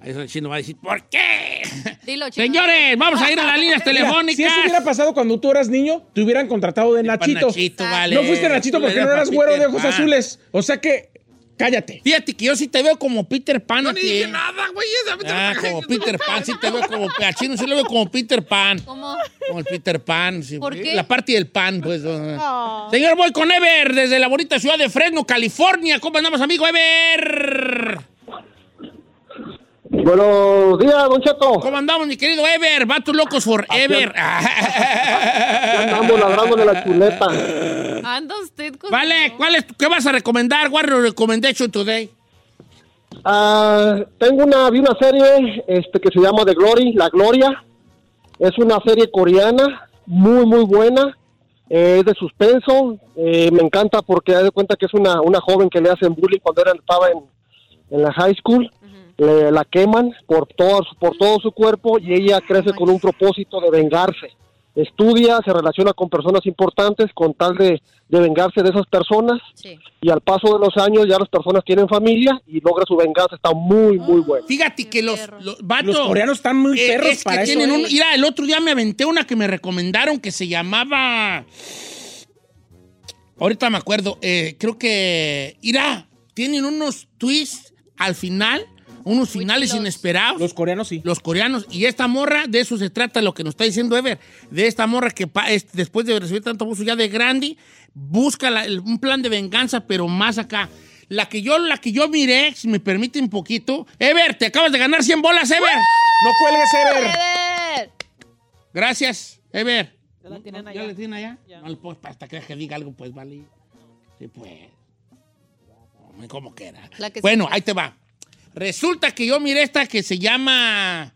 S5: Ahí el chino va a decir, ¿por qué?
S2: Dilo, chino.
S5: Señores, vamos a ir a las líneas
S1: Mira,
S5: telefónicas.
S1: si eso hubiera pasado cuando tú eras niño, te hubieran contratado de Nachito.
S5: Nachito, vale.
S1: No fuiste Nachito
S5: Tú
S1: porque
S5: eras
S1: no eras
S5: Peter
S1: güero de ojos
S5: Pan.
S1: azules. O sea que, cállate.
S5: Fíjate que yo sí te veo como Peter Pan.
S3: No
S5: a
S3: ni
S5: ti.
S3: dije nada, güey. Esa-
S5: Ah, como Peter Pan, sí te veo como. A Chino sí lo veo como Peter Pan.
S2: ¿Cómo?
S5: Como el Peter Pan. sí.
S2: ¿Por qué?
S5: La parte del pan, pues.
S4: Oh.
S5: Señor, voy con Ever desde la bonita ciudad de Fresno, California. ¿Cómo andamos, amigo Ever?
S9: Buenos días, Don Cheto.
S5: ¿Cómo andamos, mi querido Ever? Va tus locos forever.
S9: Estamos ladrándole la chuleta.
S2: Anda usted con...
S5: vale, ¿cuál es, tu- ¿qué vas a recomendar? Warrior Recommendation Today.
S9: Ah, tengo una, vi una serie este, que se llama The Glory, La Gloria. Es una serie coreana, muy, muy buena. Eh, es de suspenso. Eh, me encanta porque da de cuenta que es una, una joven que le hacen bullying cuando era, estaba en, en la high school. Le- la queman por todo, su- por todo su cuerpo y ella crece con un propósito de vengarse. Estudia, se relaciona con personas importantes con tal de, de vengarse de esas personas
S2: Sí.
S9: y al paso de los años ya las personas tienen familia y logra su venganza. Está muy, muy bueno.
S5: Fíjate que los, los, vato,
S1: Los coreanos están muy
S5: Eh,
S1: perros
S5: es que
S1: para eso.
S5: tienen
S1: ¿eh?
S5: un- mira, el otro día me aventé una que me recomendaron que se llamaba. Ahorita me acuerdo. eh, creo que. Irá, tienen unos twists al final, unos finales
S2: chilos.
S5: inesperados.
S1: Los coreanos sí.
S5: Los coreanos. Y esta morra, de eso se trata lo que nos está diciendo Ever. De esta morra que pa- es- después de recibir tanto abuso ya de grande, busca la- el- un plan de venganza, pero más acá. La que yo, la que yo miré, si me permite un poquito. Ever, te acabas de ganar 100 bolas, Ever.
S1: No cuelgues, Ever.
S2: Ever.
S5: Gracias, Ever.
S4: Ya la tienen
S5: ¿Ya
S4: allá.
S5: la tienen allá? No le puedo, hasta que, que diga algo, pues vale. Sí, pues. Hombre, Como quiera.
S2: La que
S5: Bueno,
S2: se-
S5: ahí te va. Resulta que yo miré esta que se llama.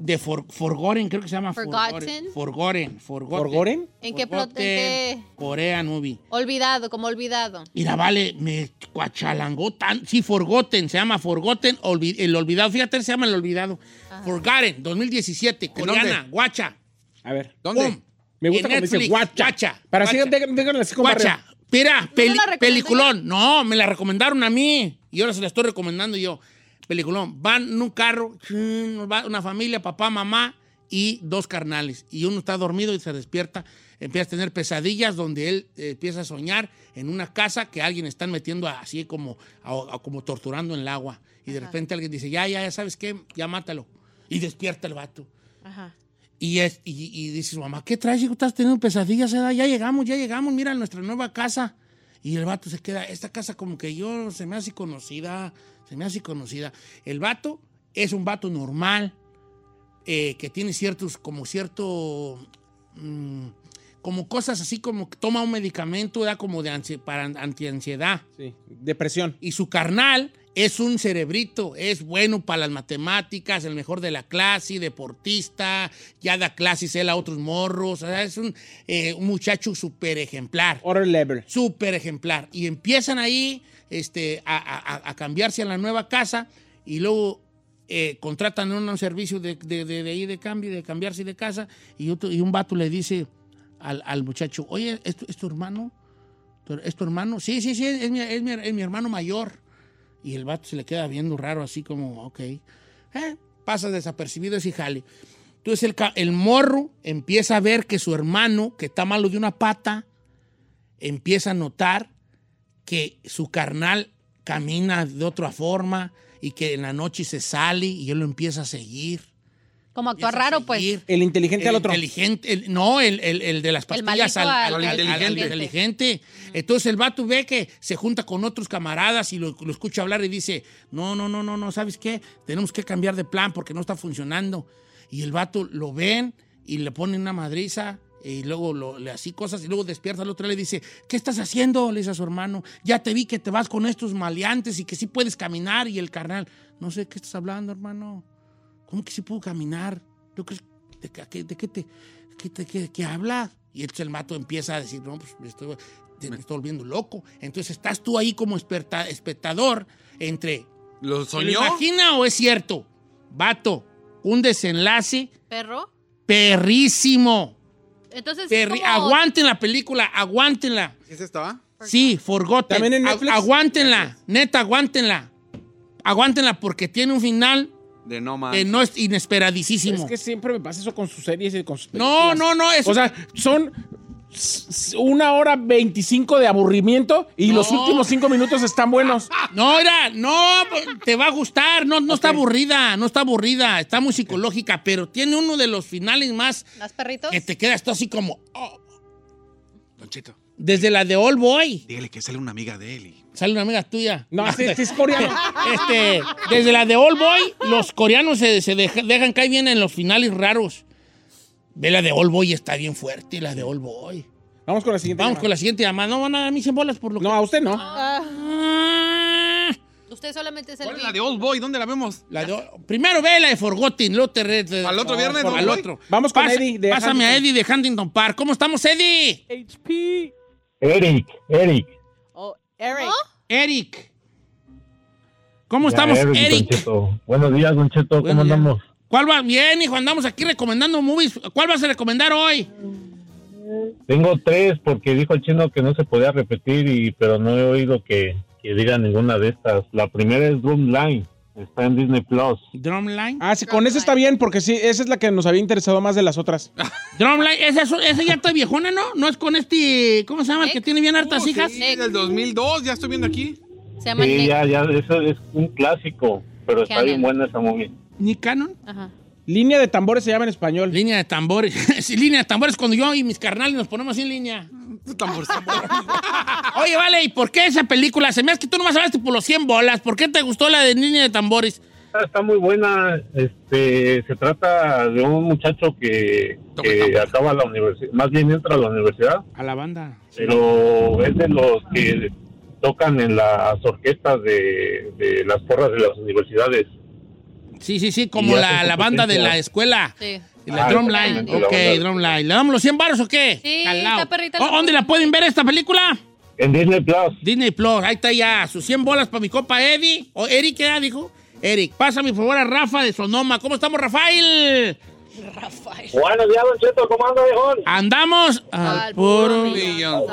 S5: De For- Forgotten, creo que se llama
S2: Forgotten.
S5: Forgotten. Forgotten. Forgotten.
S1: ¿Forgoren?
S2: ¿En qué plot?
S5: Forgotten,
S2: en qué-
S5: Corea Movie.
S2: Olvidado, como olvidado.
S5: Y la vale, me cuachalangó tan. Sí, Forgotten, se llama Forgotten, olvi- el olvidado. Fíjate, se llama el olvidado. Forgotten, 2017,
S3: ¿En dónde?
S5: coreana, guacha.
S1: A ver.
S3: ¿Dónde?
S5: Pum.
S1: Me gusta
S5: En
S1: cuando dice
S5: Netflix,
S1: guacha.
S5: guacha,
S1: Para
S5: guacha.
S1: así, déjenla déjenla así como
S5: Guacha, espera, peli-
S2: la recomendé?
S5: peliculón. No, me la recomendaron a mí. Y ahora se la estoy recomendando yo. Peliculón. Van en un carro, chun, va una familia, papá, mamá y dos carnales. Y uno está dormido y se despierta. Empieza a tener pesadillas donde él eh, empieza a soñar en una casa que alguien están metiendo así como, a- a- como torturando en el agua. Y de repente alguien dice, ya, ya, ya, ¿sabes qué? Ya mátalo. Y despierta el vato.
S2: Ajá.
S5: Y, es, y, y dice su mamá, ¿qué traes, hijo? Estás teniendo pesadillas, ¿verdad? Ya llegamos, ya llegamos, mira nuestra nueva casa. Y el vato se queda, esta casa como que yo, se me hace conocida, se me hace conocida. El vato es un vato normal, eh, que tiene ciertos, como cierto, mm, como cosas así como que toma un medicamento, da como de ansi- para antiansiedad.
S1: Sí. Depresión.
S5: Y su carnal es un cerebrito, es bueno para las matemáticas, el mejor de la clase, deportista, ya da clases él a otros morros, o sea, es un, eh, un muchacho súper ejemplar,
S1: Order level.
S5: súper ejemplar. Y empiezan ahí este, a, a- a cambiarse a la nueva casa y luego eh, contratan un servicio de, de, de- de ahí de cambio, de cambiarse de casa y, otro- y un vato le dice al, al muchacho, oye, ¿es tu- es tu hermano? ¿Tu- ¿Es tu hermano? Sí, sí, sí, es mi, es mi- es mi hermano mayor. Y el vato se le queda viendo raro, así como, ok. Eh, pasa desapercibido ese jale. Entonces el, ca- el morro empieza a ver que su hermano, que está malo de una pata, empieza a notar que su carnal camina de otra forma y que en la noche se sale y él lo empieza a seguir.
S2: Como actuar raro, pues.
S1: El inteligente al
S5: El
S1: otro.
S5: inteligente, el- no, el, el- el de las pastillas
S2: maldito
S5: al, al-
S2: al-
S5: al-
S2: al
S5: al
S2: inteligente.
S5: inteligente. Entonces el vato ve que se junta con otros camaradas y lo, lo escucha hablar y dice, no, no, no, no, no, ¿sabes qué? Tenemos que cambiar de plan porque no está funcionando. Y el vato lo ven y le ponen una madriza y luego lo- le así cosas y luego despierta al otro y le dice, ¿qué estás haciendo? Le dice a su hermano, ya te vi que te vas con estos maleantes y que sí puedes caminar y el carnal, no sé qué estás hablando, hermano. ¿Cómo que sí puedo caminar? ¿Tú crees- ¿De qué, qué- de qué te, qué te- qué- qué hablas? Y entonces el mato empieza a decir, no, pues me estoy, te- me estoy volviendo loco. Entonces estás tú ahí como esperta- espectador entre... ¿Se ¿Lo
S3: ¿Lo soñó?
S5: imagina o es cierto? Vato, un desenlace
S2: Perro.
S5: perrísimo.
S2: Entonces, sí,
S5: Perri-
S2: como-
S5: Aguanten la película, aguántenla.
S3: ¿Es esta?
S5: Sí, Forgotten.
S3: ¿También en
S5: Agu-
S3: Netflix?
S5: aguántenla, neta, aguántenla. Aguántenla porque tiene un final
S3: De no más.
S5: que no es inesperadísimo.
S1: Es que siempre me pasa eso con sus series y con sus
S5: No,
S1: películas.
S5: no, no, es-
S1: O sea, son s- s- una hora 25 de aburrimiento y los últimos cinco minutos están buenos.
S5: No, era, no, te va a gustar, no, no está aburrida, no está aburrida, está muy psicológica, pero tiene uno de los finales más
S2: ¿Las perritos?
S5: que te quedas tú así como, oh,
S3: Don Cheto,
S5: desde la de All Boy,
S3: dígale que sale una amiga de él. y-
S5: sale una amiga tuya.
S1: No, sí, sí es coreano.
S5: Este, desde la de All Boy, los coreanos se, se deja- dejan caer bien en los finales raros. Ve la de All Boy, está bien fuerte, la de All Boy.
S1: Vamos con la siguiente.
S5: Vamos con la siguiente llamada, no van a dar mis bolas por lo
S1: No, a usted no.
S5: que...
S2: Usted solamente es el.
S3: ¿Cuál es la de Old Boy? ¿Dónde la vemos?
S5: La de- primero ve la de Forgotten, luego te re- te-
S3: ¿Al otro
S5: no,
S3: viernes,
S5: por-
S3: don
S5: Al
S3: Boy?
S5: otro.
S1: Vamos con
S5: Pasa-
S1: Eddie de
S5: Pásame a
S1: Huntington.
S5: Eddie de Huntington Park. ¿Cómo estamos, Eddie?
S4: HP.
S10: Eric, Eric.
S4: Oh, Eric.
S5: Eric. ¿Cómo
S10: Ya,
S5: estamos,
S10: Eric, don
S5: Eric?
S10: Cheto. Buenos días, Don Cheto. ¿Cómo
S5: Buenos días.
S10: andamos?
S5: ¿Cuál va? Bien, hijo, andamos aquí recomendando movies. ¿Cuál vas a recomendar hoy?
S10: Tengo tres porque dijo el chino que no se podía repetir, y pero no he oído que, que diga ninguna de estas. La primera es Drumline. Está en Disney Plus.
S5: Drumline.
S1: Ah, sí, con esa está bien, porque sí, esa es la que nos había interesado más de las otras.
S5: Drumline, esa, es- esa ya está viejona, ¿no? No es con este, ¿cómo se llama? El que tiene bien hartas
S3: Oh,
S5: hijas.
S3: sí, del 2002, ya estoy viendo aquí.
S2: Uh, Se llama
S10: Sí,
S2: Nick.
S10: ya, ya. Eso es un clásico, pero está
S2: Canon.
S10: bien buena esa movie.
S5: Nick Cannon.
S2: Ajá.
S1: Línea de tambores se llama en español.
S5: Línea de tambores. sí, línea de tambores cuando yo y mis carnales nos ponemos así en línea.
S3: Tambor,
S5: Oye, vale, ¿y por qué esa película? Se me hace que tú nomás hablaste por los 100 bolas. ¿Por qué te gustó la de Niña de Tambores?
S10: Está- Está muy buena. Este, se trata de un muchacho que,
S3: Toma
S10: que
S3: el tambor.
S10: acaba la universidad, más bien entra a la universidad,
S5: A la banda.
S10: pero es de los que tocan en las orquestas de, de las porras de las universidades.
S5: Sí, sí, sí, como
S10: Y
S5: la,
S10: hace
S5: la banda de
S10: competencia.
S5: la escuela.
S2: Sí.
S5: Y La
S10: Ah,
S5: Drumline.
S10: exactamente, la
S5: Ok,
S10: banda.
S5: Drumline. ¿Le damos los 100 baros o qué?
S2: Sí,
S5: Calao.
S2: esta perrita
S5: ¿O-
S2: la-
S5: ¿Dónde la pueden ver esta película?
S10: En Disney Plus,
S5: Disney Plus. Ahí está ya. Sus 100 bolas para mi copa Eddie. ¿O Eric qué era, dijo? Eric, pásame por favor a Rafa de Sonoma. ¿Cómo estamos, Rafael?
S2: Rafael.
S10: Buenos días, Don Cheto. ¿Cómo anda, viejón?
S5: Andamos al puro
S3: millón.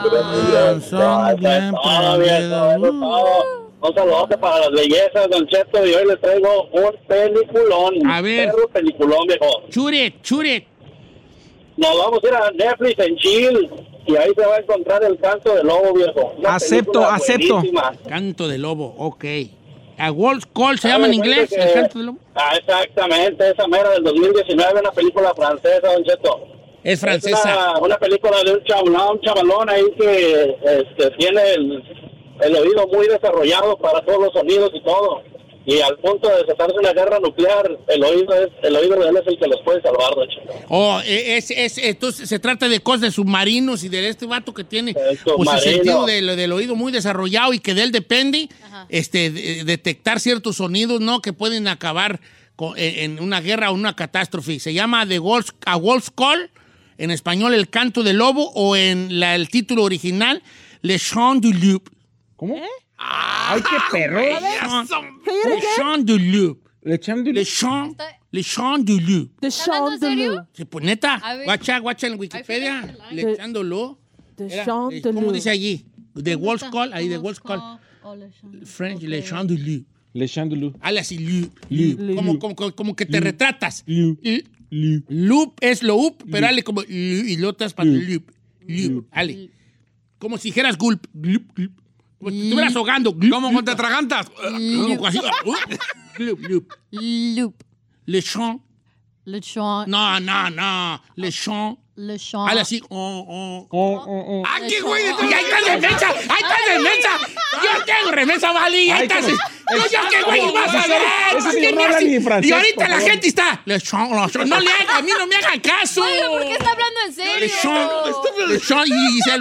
S5: son bien prendidos.
S10: Un saludo para las bellezas, Don Cheto. Y hoy les traigo un peliculón.
S5: A ver.
S10: Un peliculón, viejo.
S5: Churet, churet.
S10: Nos vamos a ir a Netflix en Chile. Y ahí se va a encontrar el canto del lobo, viejo.
S1: Acepto,
S10: película
S1: acepto.
S10: buenísima.
S5: Canto de lobo, ok. A Wolf Call se llama en inglés, el canto de lobo.
S10: Ah, exactamente, esa mera del 2019, una película francesa, Don Cheto.
S5: Es francesa.
S10: Una, una película de un chavalón, un chavalón ahí que este, tiene el, el oído muy desarrollado para todos los sonidos y todo. Y al punto de desatarse una guerra nuclear, el oído es el oído de él es el que los puede salvar, Don Cheto.
S5: Oh, eh, es, es, entonces se trata de cosas de submarinos y de este vato que tiene
S10: El
S5: pues,
S10: submarino.
S5: su sentido del, del oído muy desarrollado y que de él depende
S2: Ajá.
S5: este, de- detectar ciertos sonidos, ¿no? Que pueden acabar con- e, en, en una guerra o una catástrofe. Se llama The Wolf, A Wolf's Call, en español El Canto del Lobo, o en la- el título original Le Chant du Loup.
S1: ¿Cómo?
S5: ¿Eh?
S1: ¡Ay,
S5: Ah,
S1: qué perro!
S5: Le Chant du Loup.
S1: Le echan de-
S5: Le Chant, le Chant du Loup.
S4: The Shaun
S2: hablando en serio?
S4: Delu.
S5: Sí, pues neta,
S2: A ver.
S5: guacha, guacha en
S2: Ahí
S5: Wikipedia,
S2: fíjate el
S5: le echándolo.
S4: The
S5: Era,
S4: Shaun
S5: eh,
S4: Delu.
S5: ¿Cómo dice allí? The Wolf's Call, ahí The Wolf's Call. French, Le Chandelier.
S1: Le echan de luz.
S5: Hale así, loop,
S1: Loop.
S5: loop. Como, como, como, como que te retratas.
S1: Loop.
S5: L-
S1: Lu.
S5: Loop es lo up, pero hale como loop, y lo otras para loop. Loop, hale. Como si dijeras gulp. Loop, loop. Como si te estuvieras ahogando.
S3: Como con te atragantas.
S5: Como así. Loop, loop.
S2: Loop.
S5: Le chant.
S2: Le chant.
S5: No, no, no. Le chant.
S2: Le chant.
S5: Hazle así. Oh, oh,
S1: oh, oh,
S5: ¡Ay, qué
S2: Le
S5: güey!
S2: chant.
S5: ¡Y ahí está remesa! ¡Ahí está remesa! ¡Yo tengo remesa, Vali! ¡Ahí
S1: Ay,
S5: está!
S1: como-
S5: ¡Yo,
S1: es-
S5: yo qué güey!
S1: como-
S5: ¡Vas a
S1: ese-
S5: ver!
S1: ese
S5: ¿Por qué
S1: señor
S5: me
S1: no habla
S5: hace-
S1: ni francés,
S5: Y ahorita
S1: por
S5: la
S1: favor.
S5: gente está. Le chant, le chant. No le haga, a mí no me hagan caso.
S2: Oiga, ¿por qué está hablando en serio?
S5: Le chant, le chant y dice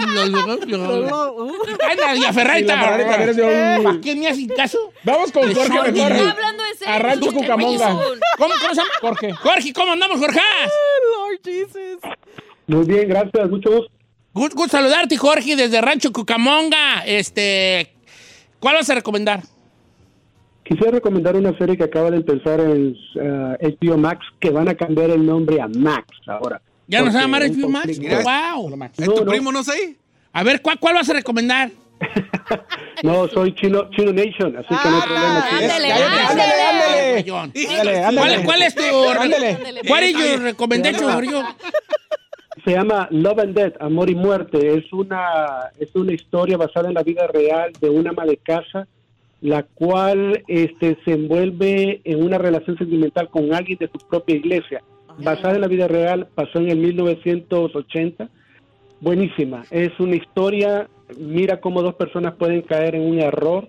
S5: el. Anda, uh. y a
S1: Y la Ferrari también es de un-
S5: ¿Para qué me hacen caso?
S1: Vamos con Jorge
S5: Jorge.
S1: mejor.
S5: Está
S2: hablando en serio.
S1: Arrancho
S2: Este
S1: Cucamonga.
S2: güey es un-
S5: ¿Cómo, cómo se llama?
S1: Jorge.
S5: Jorge, ¿cómo andamos, Jorge?
S4: Oh, Lord Jesus.
S9: Muy bien, gracias, mucho gusto.
S5: Good, good saludarte, Jorge, desde Rancho Cucamonga. Este, ¿Cuál vas a recomendar?
S9: Quisiera recomendar una serie que acaba de empezar en ah, HBO Max, que van a cambiar el nombre a Max ahora.
S5: ¿Ya nos va a llamar
S9: Porque
S5: el
S9: hay un
S5: Max?
S9: conflicto.
S5: ¡Wow!
S3: ¿Es
S9: No,
S3: tu
S9: no.
S3: primo, no sé?
S5: A ver, ¿cuál, cuál vas a recomendar?
S9: No, soy Chino, Chino Nation, así que no
S5: Ah.
S9: hay
S2: Ah,
S9: problema. sí.
S2: Ándale,
S1: Cállate,
S2: ándale.
S1: ándale,
S5: John.
S1: ándale. Ándale,
S5: ¿Cuál,
S1: ándale.
S5: cuál es tu
S1: Ándale.
S5: ¿Cuál es tu recomendación, Jorge?
S9: Se llama Love and Death, Amor y Muerte. Es una, es una historia basada en la vida real de una ama de casa, la cual este, se envuelve en una relación sentimental con alguien de su propia iglesia. Basada en la vida real, pasó en el 1980. Buenísima. Es una historia, mira cómo dos personas pueden caer en un error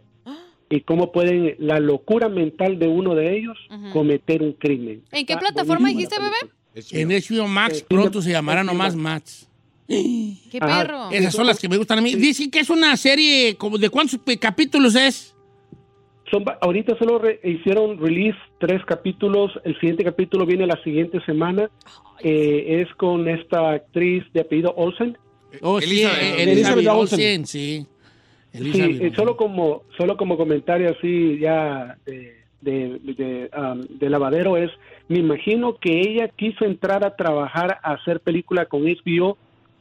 S9: y cómo pueden la locura mental de uno de ellos
S2: Ujú.
S9: cometer un crimen.
S2: ¿En qué
S9: Está
S2: plataforma
S9: buenísima
S2: dijiste,
S9: la película.
S2: bebé?
S5: En HBO Max pronto se llamará nomás Max.
S2: ¡Qué
S9: Ah,
S2: perro!
S5: Esas son las que me gustan a mí. Dicen que es una serie, como ¿de cuántos pe- capítulos es?
S9: Son, va- ahorita solo re- hicieron release tres capítulos. El siguiente capítulo viene la siguiente semana. Eh, es con esta actriz de apellido Olsen.
S5: Oh,
S3: Elizabeth.
S5: sí, eh,
S1: Elizabeth
S5: Elizabeth
S1: Olsen.
S5: Olsen, sí.
S9: Sí,
S5: Elizabeth
S9: eh,
S5: Olsen.
S9: solo como solo como comentario así ya de, de, de, um, de lavadero es, me imagino que ella quiso entrar a trabajar a hacer película con HBO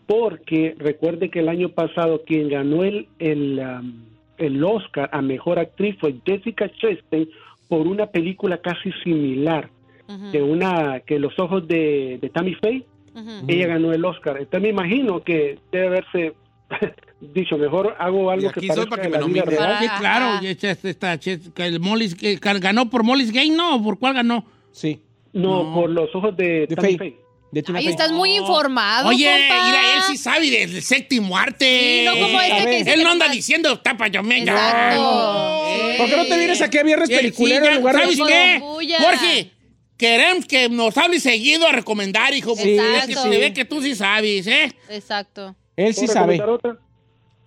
S9: porque recuerde que el año pasado quien ganó el el, um, el Oscar a mejor actriz fue Jessica Chastain por una película casi similar
S2: Ujú,
S9: de una que los ojos de, de Tammy Faye
S2: ujú.
S9: ella ganó el Oscar. Entonces me imagino que debe haberse dicho, mejor hago algo
S3: Y aquí
S9: que
S3: soy
S9: parezca
S3: para que
S9: de
S3: me
S9: la vida
S3: nominen.
S9: real.
S5: Sí,
S2: Ajá.
S5: claro. y esta- esta- esta- esta- el Mollis, eh, ¿Ganó por Mollis Gay, no? ¿O ¿Por cuál ganó?
S1: Sí.
S9: No,
S5: No.
S9: por los ojos de,
S1: De
S9: Tammy
S1: Faye.
S9: Faye.
S1: De Tina
S2: Ahí
S1: Fey.
S2: estás muy
S5: No.
S2: informado,
S5: Oye,
S2: compa.
S5: mira, él sí sabe del, del séptimo arte.
S2: Sí, no como este
S1: A ver.
S2: que dice
S5: Él
S2: que
S5: no anda
S2: nomás-
S5: diciendo tapa yo me
S2: Exacto.
S5: No.
S1: ¿Por qué no te vienes aquí a viernes
S5: Sí,
S1: peliculero
S5: sí, ya,
S1: en lugar de-
S5: ¿Sabes
S2: Con
S5: qué?
S2: bulla.
S5: Jorge, queremos que nos hables seguido a recomendar, hijo. porque
S2: Exacto.
S5: es que Se ve que tú sí sabes, ¿eh?
S2: Exacto.
S1: Él sí
S9: ¿Puedo
S1: sabe.
S9: recomendar otra?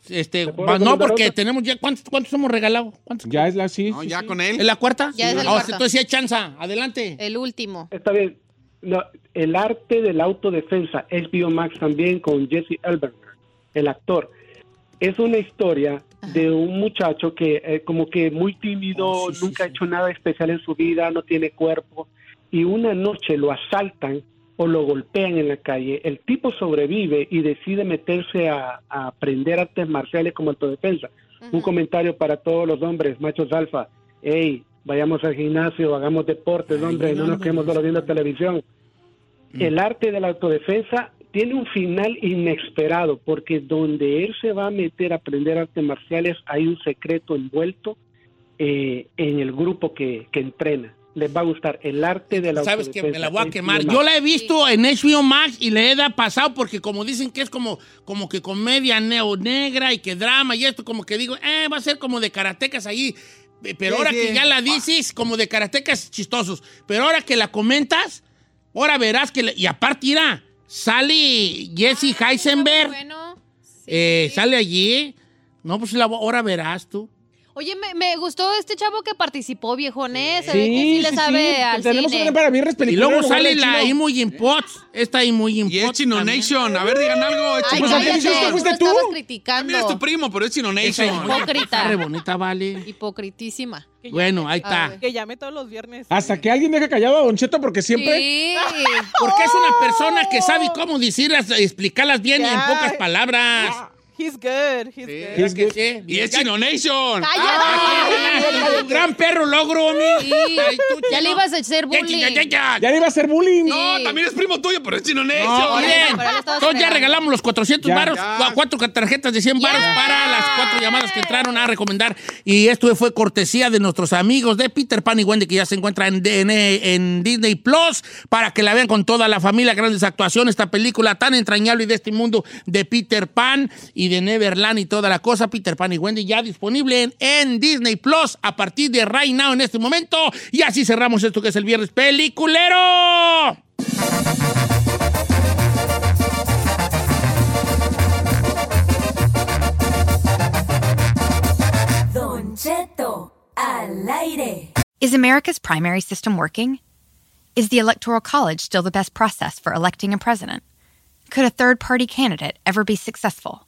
S5: Este,
S9: puedo
S5: va- no,
S9: recomendar
S5: porque
S9: otra?
S5: tenemos ya. ¿Cuántos, cuántos hemos regalado? ¿Cuántos?
S1: Ya es la sí.
S3: No,
S1: sí,
S3: ya
S1: sí.
S3: con
S5: ¿Es
S3: él.
S5: la cuarta?
S2: Ya es el
S5: Ah,
S2: cuarto.
S5: Entonces sí hay chanza. Adelante.
S2: El último.
S9: Está bien. No, el arte de la autodefensa, HBO Max también con Jesse Elberger, el actor. Es una historia de un muchacho que eh, como que muy tímido,
S5: Oh, sí, sí,
S9: nunca ha
S5: sí.
S9: hecho nada especial en su vida, no tiene cuerpo, y una noche lo asaltan o lo golpean en la calle. El tipo sobrevive y decide meterse a, a aprender artes marciales como autodefensa. Un comentario para todos los hombres, machos alfa. Hey, vayamos al gimnasio, hagamos deportes,
S5: Ay,
S9: hombre, no
S5: no,
S9: nos
S5: no,
S9: quedemos
S5: no. Mm.
S9: solo viendo televisión. El arte de la autodefensa tiene un final inesperado, porque donde él se va a meter a aprender artes marciales hay un secreto envuelto eh, en el grupo que, que entrena. Les va a gustar el arte de la
S5: Sabes que me la voy a
S9: autodefensa.
S5: quemar. Yo la he visto en HBO Max y le he da- pasado porque como dicen que es como, como que comedia neo negra y que drama y esto, como que digo, eh, va a ser como de karatecas ahí. Eh, Pero
S3: Sí,
S5: ahora
S3: sí.
S5: que ya la dices, como de karatecas chistosos. Pero ahora que la comentas, ahora verás que... le- y aparte irá, sale Jesse Heisenberg,
S2: Ah, Bueno. sí.
S5: eh, sale allí. No, pues la, voy- ahora verás tú.
S2: Oye, me, me gustó este chavo que participó, viejón, ¿eh? Se ve que sí
S1: Sí,
S2: le
S1: sí,
S2: sabe
S1: sí.
S2: Eh, al
S1: Tenemos
S2: cine.
S1: una para viernes
S5: Y
S1: peliculero.
S5: luego
S1: en lugar
S5: sale
S1: de
S5: la
S1: chino.
S5: Imogen Potts, esta Imogen Potts.
S3: Eh. Y es Chino
S5: también.
S3: Nation. A ver, digan algo. Es
S2: Ay,
S3: Chino
S1: Pues, ¿a qué
S2: cállate,
S3: Nation.
S1: dices que
S2: tú
S1: fuiste
S2: lo
S1: tú?
S2: estabas
S4: Ah,
S3: También es tu
S2: criticando.
S3: primo, pero es Chino
S5: Esa
S3: Nation.
S5: Imogen Potts
S2: Hipócrita.
S5: está re bonita, vale.
S2: Hipocritísima.
S5: Bueno, ahí
S2: Ah,
S5: está.
S2: güey.
S4: Que llame todos los viernes.
S1: Hasta que alguien deja callado a Don Cheto porque siempre.
S2: Sí. Oh.
S5: Porque es una persona que sabe cómo decirlas, explicarlas bien en
S4: Ya.
S5: pocas palabras.
S4: He's good. He's good.
S5: ¿Sabes qué? Sí?
S3: Y es Chino Nation.
S4: ¡Cállate!
S5: Ah, un gran perro logro, homie.
S2: Sí. Ya le ibas a hacer bullying.
S5: Ya
S1: le iba a hacer bullying.
S3: No, también es primo tuyo, pero es Chino Nation.
S5: No,
S2: eso,
S5: miren,
S2: pero lo estabas
S5: entonces ya
S2: fregando.
S5: regalamos los 400
S2: Ya.
S5: varos,
S2: Ya.
S5: cua- cuatro tarjetas de 100 varos para las cuatro llamadas que entraron a recomendar. Y esto fue cortesía de nuestros amigos de Peter Pan y Wendy, que ya se encuentran en, en- en Disney Plus, para que la vean con toda la familia. Grandes actuaciones, esta película tan entrañable y de este mundo de Peter Pan y de Neverland y toda la cosa. Peter Pan y Wendy ya disponible en, en Disney Plus a partir de right now en este momento. Y así cerramos esto que es el viernes peliculero.
S11: Don Cheto, al aire.
S7: Is America's primary system working? Is the Electoral College still the best process for electing a president? Could a third party candidate ever be successful?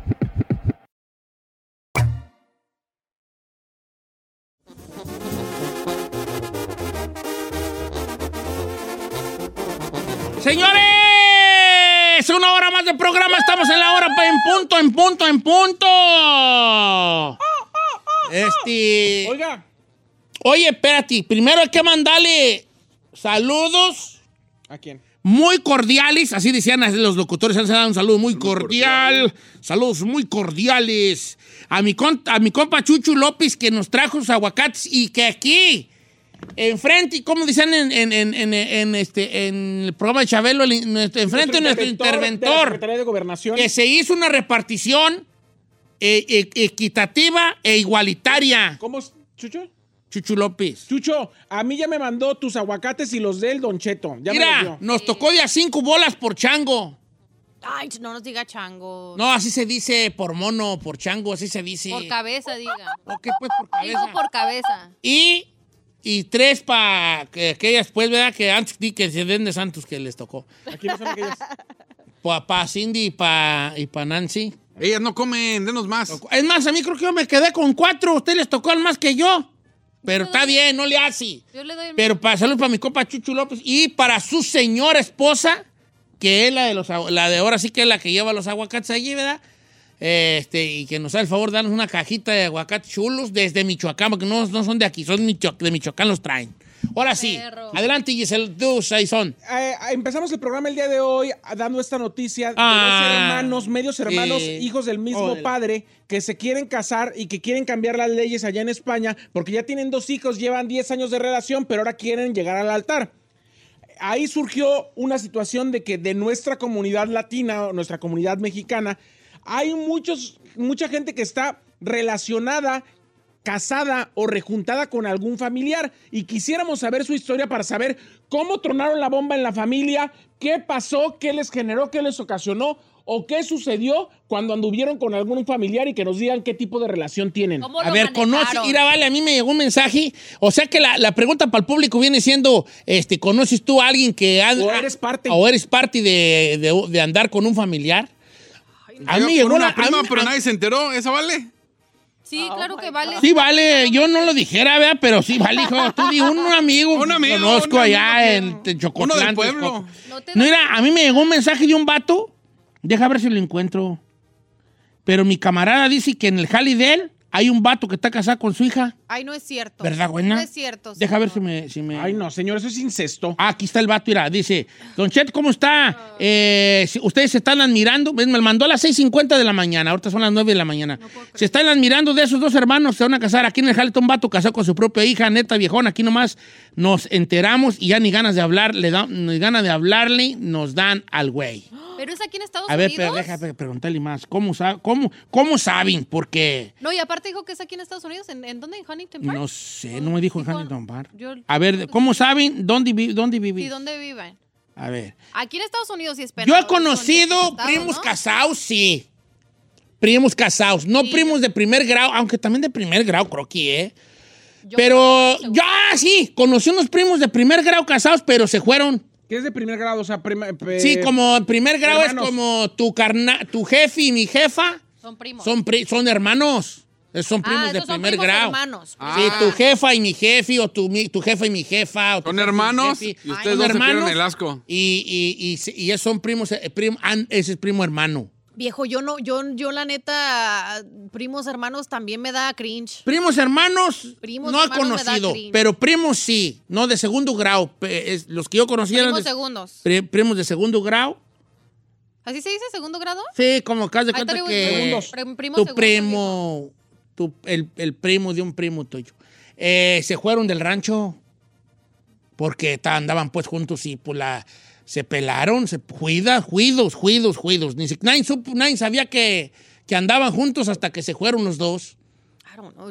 S5: Señores, una hora más de programa, estamos en la hora pa- en punto, en punto, en punto. Este...
S1: Oiga.
S5: Oye, espérate, primero hay que mandarle saludos
S1: ¿A quién?
S5: muy cordiales, así decían los locutores, han dado un saludo muy, cordial, saludos muy cordiales a mi, con- a mi compa Chuchu López que nos trajo sus aguacates y que aquí, enfrente, ¿cómo dicen en, en- en- en- en este, en el programa de Chabelo? El in- nuestro- enfrente de nuestro
S1: De la
S5: interventor,
S1: Secretaría de Gobernación.
S5: que se hizo una repartición eh, eh, equitativa e igualitaria.
S1: ¿Cómo, es, Chucho?
S5: Chucho López.
S1: Chucho, a mí ya me mandó tus aguacates y los del Don Cheto. Ya me
S5: Mira,
S1: los dio.
S5: nos tocó de a cinco bolas por chango.
S2: Ay, no nos diga chango.
S5: No, así se dice por mono, por chango, así se dice.
S2: Por cabeza, diga.
S5: Ok, pues por cabeza.
S2: Digo por cabeza.
S5: Y, y tres para que aquellas, pues, ¿verdad? Que antes di que se den de Santos que les tocó.
S1: Aquí no son aquellas.
S5: Para Cindy y para y pa Nancy.
S3: Ellas no comen, denos más.
S5: Es más, a mí creo que yo me quedé con cuatro. Usted les tocó al más que yo. Pero está bien, no le hace.
S2: Yo le doy el
S5: Pero para salud para mi compa Chuchu López y para su señora esposa, que es la de los agu- la de ahora sí que es la que lleva los aguacates allí, ¿verdad? Este, y que nos da el favor de darnos una cajita de aguacates chulos desde Michoacán, porque no, no son de aquí, son Micho- de Michoacán los traen. Ahora sí, adelante Giselle, tú, Saison.
S1: Eh, empezamos el programa el día de hoy ah, dando esta noticia de dos
S5: Ah.
S1: hermanos, medios hermanos,
S5: Eh.
S1: hijos del mismo
S5: Órale.
S1: padre, que se quieren casar y que quieren cambiar las leyes allá en España, porque ya tienen dos hijos, llevan 10 años de relación, pero ahora quieren llegar al altar. Ahí surgió una situación de que de nuestra comunidad latina, o nuestra comunidad mexicana, hay muchos, mucha gente que está relacionada casada o rejuntada con algún familiar y quisiéramos saber su historia para saber cómo tronaron la bomba en la familia, qué pasó, qué les generó, qué les ocasionó o qué sucedió cuando anduvieron con algún familiar y que nos digan qué tipo de relación tienen.
S5: A ver, conoce, mira, vale, a mí me llegó un mensaje. O sea que la, la pregunta para el público viene siendo, este, ¿conoces tú a alguien que... ha-
S1: O eres parte.
S5: o eres parte de, de- de andar con un familiar? A mí me
S3: Yo
S5: llegó
S3: con una
S5: la- a
S3: prima,
S5: mí-
S3: pero
S5: a-
S3: nadie se enteró. ¿Esa vale?
S2: Sí,
S4: Ah, oh
S2: claro que vale.
S5: Sí, vale, yo no lo dijera, vea, pero sí, vale, hijo. Tú di un amigo, que
S3: amigo,
S5: conozco
S3: un
S5: allá
S3: amigo
S5: en Chocotlán.
S3: uno
S5: Texcoco.
S3: del pueblo.
S5: No, mira, a mí me llegó un mensaje de un vato. Deja ver si lo encuentro. Pero mi camarada dice que en el jali de él Hay un vato que está casado con su hija.
S2: Ay, no es cierto.
S5: ¿Verdad, buena?
S2: No es cierto.
S5: Deja ver si
S2: señor.
S5: me, si me. Ay, no, señor, eso es incesto. Ah, aquí está el vato, mira, dice, Don Chet, ¿cómo está? Eh, si ustedes se están admirando, Ves, me lo mandó a las 6.50 de la mañana, ahorita son las 9 de la mañana. se están admirando de esos dos hermanos, se van a casar aquí en el Halton Vato, casado con su propia hija, neta viejona, aquí nomás nos enteramos y ya ni ganas de hablar, le dan, ni ganas de hablarle, nos dan al güey.
S2: Pero es aquí en Estados
S5: A ver,
S2: Unidos.
S5: pero déjame preguntarle más, ¿cómo, sa- cómo, cómo saben? Porque,
S2: No, y aparte dijo que es aquí en Estados Unidos. ¿En, en dónde? ¿En Huntington Park?
S5: no sé, no me dijo en Huntington Park.
S2: Yo-
S5: A ver, ¿cómo saben dónde, vi- dónde
S2: ¿Y
S5: vivís?
S2: dónde viven?
S5: A ver.
S2: Aquí en Estados Unidos y espera.
S5: Yo he conocido primos casados, sí. Primos casados, no primos de primer grado, aunque también de primer grado creo que, ¿eh? pero yo, ah, sí, conocí unos primos de primer grado casados, pero se fueron.
S1: ¿Qué es de primer grado? O sea, prima- eh, pe-
S5: Sí,
S3: Eh,
S5: como en primer grado
S1: hermanos.
S5: es como tu carna, tu jefe y mi jefa.
S2: Son primos.
S5: Son, pri- son hermanos. Eh, Son
S2: Ah,
S5: primos de
S2: esos son
S5: primer
S2: primos
S5: grado.
S2: hermanos.
S5: Sí,
S2: Ah.
S5: tu jefa y mi jefe, o tu, mi- tu jefa y mi jefa. O tu
S3: Son
S5: jefe y mi
S3: hermanos,
S5: jefe.
S3: y ustedes
S5: Son
S3: dos se pierden el asco.
S5: Y, y, y, se- y esos son primos, eh, prim- ah, ese es primo hermano.
S2: Viejo, yo no, yo, yo la neta, primos hermanos también me da cringe.
S5: Primos hermanos
S2: Primos
S5: no he
S2: hermanos me da
S5: conocido,
S2: cringe.
S5: pero primos sí, no de segundo grado. pe- es- los que yo conocí eran
S2: Primos
S5: de-
S2: segundos.
S5: pri- primos de segundo grado.
S2: ¿Así se dice segundo grado?
S5: Sí, como que haz de
S2: Ahí
S5: cuenta
S2: tenemos
S5: que
S2: segundos. Prim- primo
S5: tu
S2: segundo,
S5: primo, tu- el, el primo de un primo tuyo, eh, se fueron del rancho porque ta- andaban pues juntos y pues la, se pelaron, se cuida, juidos, juidos, juidos. Ni si- nadie, supo- nadie sabía que, que andaban juntos hasta que se fueron los dos.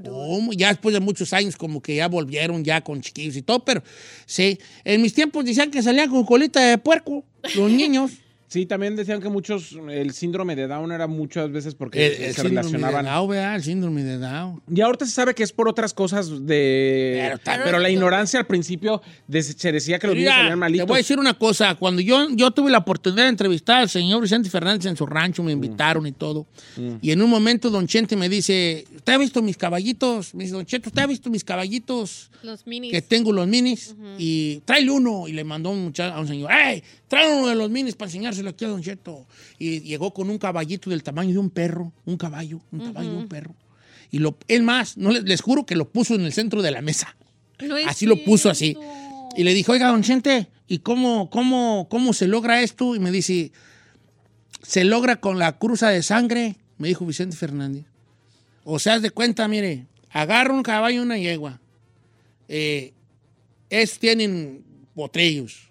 S5: ¿Cómo? Ya después de muchos años como que ya volvieron ya con chiquillos y todo, pero sí, en mis tiempos decían que salían con colita de puerco los niños.
S1: Sí, también decían que muchos, el síndrome de Down era muchas veces porque
S5: El- el
S1: Eh, se
S5: síndrome de
S1: relacionaban.
S5: Down, ¿verdad? El síndrome de Down.
S1: Y ahorita se sabe que es por otras cosas de... Pero, la ignorancia al principio de- se decía que los niños
S5: Mira,
S1: salían malitos.
S5: Te voy a decir una cosa. Cuando yo, yo tuve la oportunidad de entrevistar al señor Vicente Fernández en su rancho,
S1: Mm.
S5: me invitaron y todo. Y en un momento Don Chente me dice, ¿usted ha visto mis caballitos? Me dice, Don Chente, ¿usted ha visto mis caballitos?
S2: Los minis.
S5: Que tengo los minis. Y tráele uno. Y le mandó un muchacho, a un señor, ¡Ey! Trae uno de los minis para enseñárselo aquí a Don Cheto. Y llegó con un caballito del tamaño de un perro, un caballo, un caballo, un perro. Y lo, es más, no les, les juro que lo puso en el centro de la mesa.
S2: No es
S5: Así lo puso así. Y le dijo, oiga, don Chente, ¿y cómo, cómo, cómo se logra esto? Y me dice, se logra con la cruza de sangre, me dijo Vicente Fernández. O sea, haz de cuenta, mire, agarra un caballo y una yegua. Eh, es, tienen potrillos.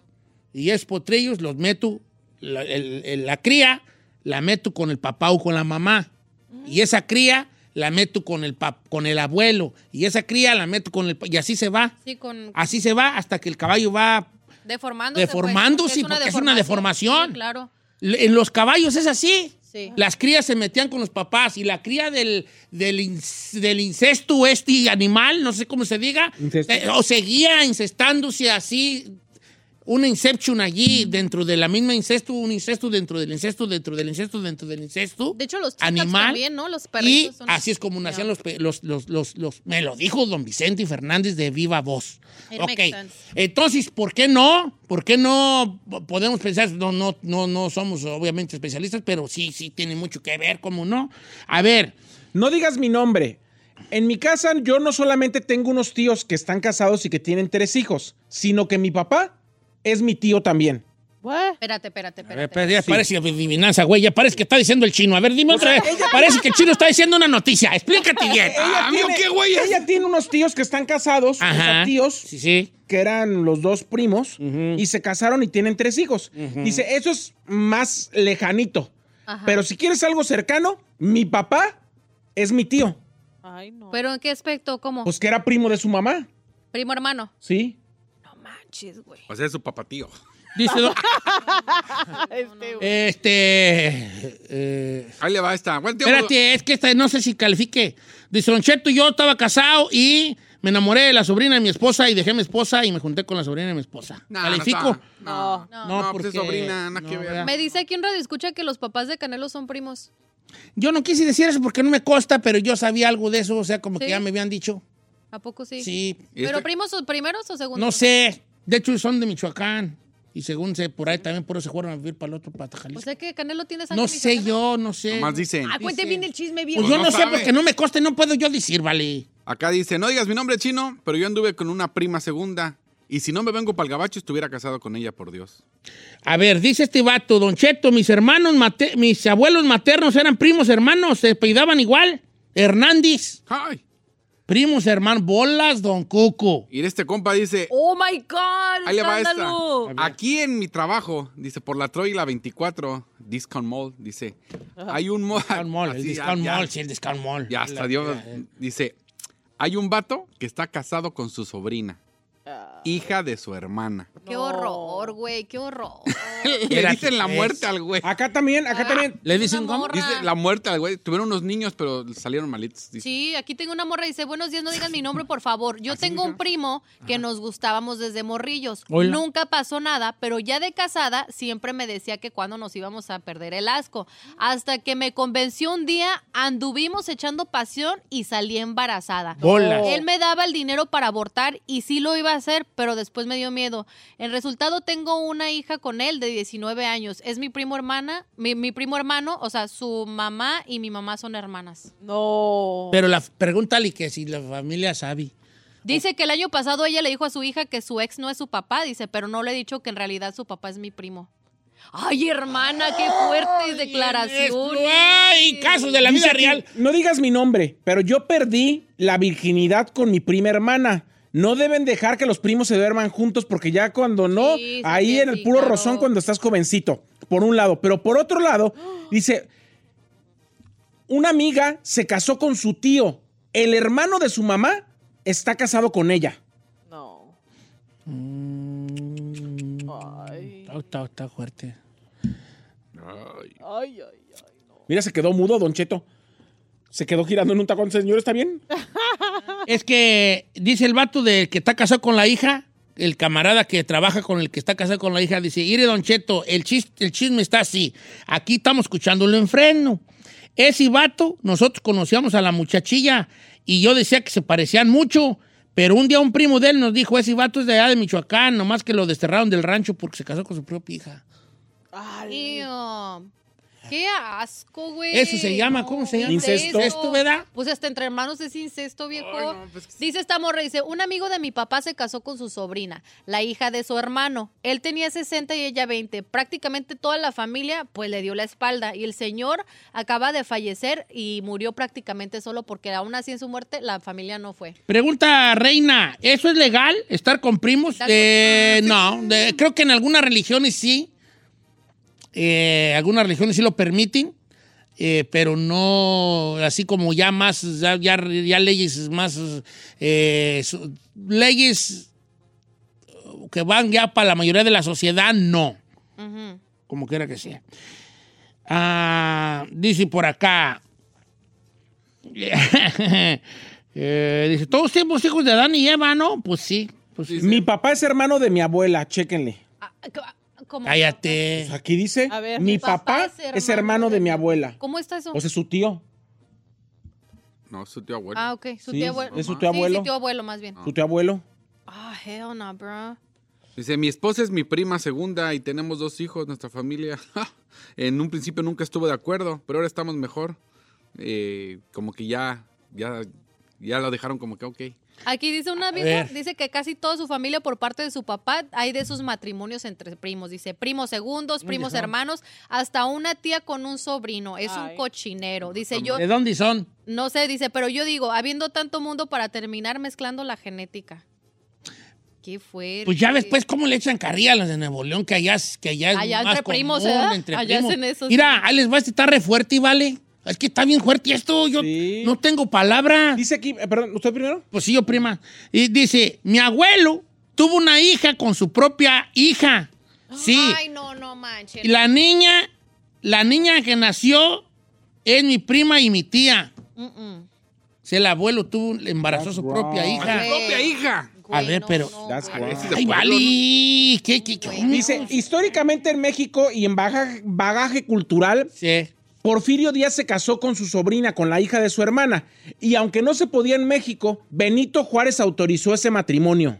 S5: Y es potrillos, los meto, la, el- el- la cría la meto con el papá o con la mamá. Y esa cría la meto con el, pap- con el abuelo. Y esa cría la meto con el... pa- Y así se va.
S2: Sí, con
S5: Así se va hasta que el caballo va.
S2: deformándose. pues,
S5: Deformándose, porque es una deformación.
S2: Sí, claro.
S5: le- En los caballos es así.
S2: Sí.
S5: Las crías se metían con los papás y la cría del, del, inc- del incesto, este animal, no sé cómo se diga, eh, o seguía incestándose así, un inception allí, dentro de la misma incesto, un incesto dentro del incesto, dentro del incesto, dentro del incesto.
S2: De hecho, los chicos
S5: animal.
S2: también, ¿no? Los
S5: Y
S2: perritos son...
S5: así es como nacían los, pe- los, los, los, los- Me lo dijo don Vicente Fernández de viva voz.
S2: It
S5: ok.
S2: makes sense.
S5: Entonces, ¿por qué no? ¿Por qué no po- podemos pensar? No, no, no, no somos obviamente especialistas, pero sí, sí tiene mucho que ver, ¿cómo no? A ver.
S1: No digas mi nombre. En mi casa yo no solamente tengo unos tíos que están casados y que tienen tres hijos, sino que mi papá es mi tío también.
S2: Espérate, espérate, espérate.
S5: Ya parece adivinanza, güey. Ya parece que está diciendo el chino. A ver, dime otra vez. Parece que el chino está diciendo una noticia. Explícate bien. Ah, amigo, qué güey es.
S1: ella tiene unos tíos que están casados, o sea,
S5: Ajá.
S1: tíos
S5: sí.
S1: que eran los dos primos y se casaron y tienen tres hijos. Dice, eso es más lejanito.
S2: Ajá.
S1: Pero si quieres algo cercano, mi papá es mi tío,
S2: ¿Pero en qué aspecto? ¿Cómo?
S1: pues que era primo de su mamá,
S2: Primo hermano.
S1: ¿sí?
S2: Manches, güey.
S3: O sea, es su papatío.
S5: Dice, don- este.
S3: Ahí le va esta. Bueno, tío,
S5: Espérate, es que esta no sé si califique. Dice Don Cheto, yo estaba casado y me enamoré de la sobrina de mi esposa y dejé a mi esposa y me junté con la sobrina de mi esposa.
S3: No,
S5: ¿Califico?
S3: No,
S2: no,
S5: No,
S3: no, pues es
S5: porque-
S3: sobrina, nada que
S5: no,
S3: ver.
S5: ¿verdad?
S2: Me dice aquí un radio escucha que los papás de Canelo son primos.
S5: Yo no quise decir eso porque no me consta, pero yo sabía algo de eso, o sea, como
S2: Sí.
S5: que ya me habían dicho.
S2: ¿A poco sí?
S5: Sí.
S3: este-
S2: ¿Pero primos o primeros o segundos?
S5: No sé. De hecho, son de Michoacán. Y Y según se, por ahí también por eso se fueron a vivir para el otro, para
S2: O
S5: Jalisco.
S2: sea que Canelo tiene sangre
S5: No
S2: mexicana.
S5: sé yo, no sé.
S3: Nomás dicen.
S2: Ah, cuente bien el chisme bien.
S5: Pues yo no sé porque no me coste, no puedo yo decir, vale.
S3: Acá dice, no digas mi nombre chino, pero yo anduve con una prima segunda. Y si no me vengo para el gabacho, estuviera casado con ella, por Dios.
S5: A ver, dice este vato, Don Cheto, mis hermanos, mate- mis abuelos maternos eran primos hermanos, se peidaban igual. Hernández. Primos hermanos, bolas, Don Cuco.
S3: Y este compa dice,
S2: Oh my God.
S3: ahí le va esta.
S2: escándalo.
S3: Aquí en mi trabajo, dice, por la Troy y la 24, Discount Mall, dice, hay un mall.
S5: el Discount Mall, sí, el Discount Mall.
S3: Ya
S5: La-
S3: hasta Dios. Dice, hay un vato que está casado con su sobrina, hija de su hermana.
S2: Ah, Qué horror, güey, qué horror.
S3: Le dicen la muerte al güey.
S1: Acá también, acá también.
S3: ¿Le dicen
S2: Una morra.
S3: Dice la muerte al güey. Tuvieron unos niños, pero salieron malitos. dice.
S2: Sí, aquí tengo una morra y dice, buenos días, no digas mi nombre, por favor. Yo tengo un primo que nos gustábamos desde morrillos.
S3: Hola.
S2: Nunca pasó nada, pero ya de casada siempre me decía que cuando nos íbamos a perder el asco. Hasta que me convenció un día, anduvimos echando pasión y salí embarazada. Oh.
S5: Bolas.
S2: Él me daba el dinero para abortar y sí lo iba a hacer, pero después me dio miedo. En resultado, tengo una hija con él de 19 años. Es mi primo hermana, mi, mi primo hermano, o sea, su mamá y mi mamá son hermanas. No.
S5: Pero la pregúntale que si la familia sabe.
S2: Dice que el año pasado ella le dijo a su hija que su ex no es su papá, dice, pero no le he dicho que en realidad su papá es mi primo. Ay, hermana, qué fuertes declaraciones.
S5: ¡Ay, casos de la
S1: Dice
S5: vida
S1: aquí,
S5: real!
S1: No digas mi nombre, pero yo perdí la virginidad con mi prima hermana. No deben dejar que los primos se duerman juntos porque ya cuando no,
S5: sí,
S1: ahí
S5: sí,
S1: en el puro rozón cuando estás jovencito, por un lado. Pero por otro lado, dice, una amiga se casó con su tío. El hermano de su mamá está casado con ella. Mm.
S5: Está, está- está fuerte.
S4: Ay, ay.
S1: Mira, se quedó mudo, Don Cheto. Se quedó girando en un tacón. Señor, ¿está bien?
S5: Es que dice el vato del que está casado con la hija, el camarada que trabaja con el que está casado con la hija, dice, Ire Don Cheto, el, chis- el chisme está así. Aquí estamos escuchándolo en freno. Ese vato, nosotros conocíamos a la muchachilla y yo decía que se parecían mucho, pero un día un primo de él nos dijo, ese vato es de allá de Michoacán, nomás que lo desterraron del rancho porque se casó con su propia hija.
S2: Ew. um, Qué asco, güey.
S5: Eso se llama, ¿cómo se llama?
S2: Incesto.
S5: Incesto, ¿verdad?
S2: Pues hasta entre hermanos es incesto, viejo. Dice esta morra, dice, un amigo de mi papá se casó con su sobrina, la hija de su hermano. Él tenía 60 y ella 20. Prácticamente toda la familia, pues, le dio la espalda. Y el señor acaba de fallecer y murió prácticamente solo porque aún así en su muerte la familia no fue.
S5: Pregunta Reina, ¿eso es legal? ¿Estar con primos? Eh, no, de- creo que en algunas religiones sí. Eh, algunas religiones sí lo permiten, eh, pero no así como ya más, ya, ya- ya leyes más, eh, su- leyes que van ya para la mayoría de la sociedad, no,
S2: Ujú.
S5: como quiera que sea. Ah, dice por acá. Eh, dice, todos somos hijos de Adán y Eva, ¿no? Pues sí. Pues sí.
S1: Mi papá es hermano de mi abuela, chéquenle.
S2: Ah, ¿Cómo,
S5: Cállate.
S1: Pues aquí dice,
S2: A ver.
S1: mi papá, es, hermano de, mi abuela.
S2: ¿Cómo está eso?
S1: O sea, su tío.
S3: No, es su tío abuelo.
S2: Ah, ok. Su
S1: Sí,
S2: tío abuelo.
S1: es su tío
S2: Sí,
S1: abuelo.
S2: su tío abuelo, más bien.
S1: Su tío abuelo.
S2: Ah, hell no, bro.
S3: Dice, mi esposa es mi prima segunda y tenemos dos hijos, nuestra familia. en un principio nunca estuvo de acuerdo, pero ahora estamos mejor. Eh, como que ya, ya, ya lo dejaron como que ok.
S2: Aquí dice una vieja,
S3: ver.
S2: dice que casi toda su familia por parte de su papá hay de esos matrimonios entre primos. Dice primos segundos,
S5: ¿Dónde
S2: primos
S5: son?
S2: hermanos, hasta una tía con un sobrino. Es un cochinero. Dice yo,
S5: ¿De dónde son?
S2: no sé, dice, pero yo digo, habiendo tanto mundo para terminar mezclando la genética. Qué fuerte.
S5: Pues ya después, ¿cómo le echan carrilla a los de Nuevo León? Que allá, es- que allá es
S2: Allá
S5: más
S2: entre primos,
S5: común,
S2: ¿verdad?
S5: entre
S2: Allá
S5: primos.
S2: hacen eso, sí.
S5: Mira, ahí les va, este está re fuerte y vale. Es que está bien fuerte esto, yo no tengo palabra.
S1: Dice aquí, eh, perdón, ¿usted primero?
S5: Pues sí, yo prima. Y dice, mi abuelo tuvo una hija con su propia hija. Sí.
S2: Ay, no, no manches.
S5: Y La niña, la niña que nació es mi prima y mi tía.
S2: Mm-mm.
S5: Si el abuelo tuvo, le embarazó a su propia hija.
S3: propia hija.
S5: a ver, pero. Ay,
S1: vale.
S5: ¿Qué, qué,
S1: Dice, históricamente en México y en bagaje, bagaje cultural, Porfirio Díaz se casó con su sobrina, con la hija de su hermana. Y aunque no se podía en México, Benito Juárez autorizó ese matrimonio.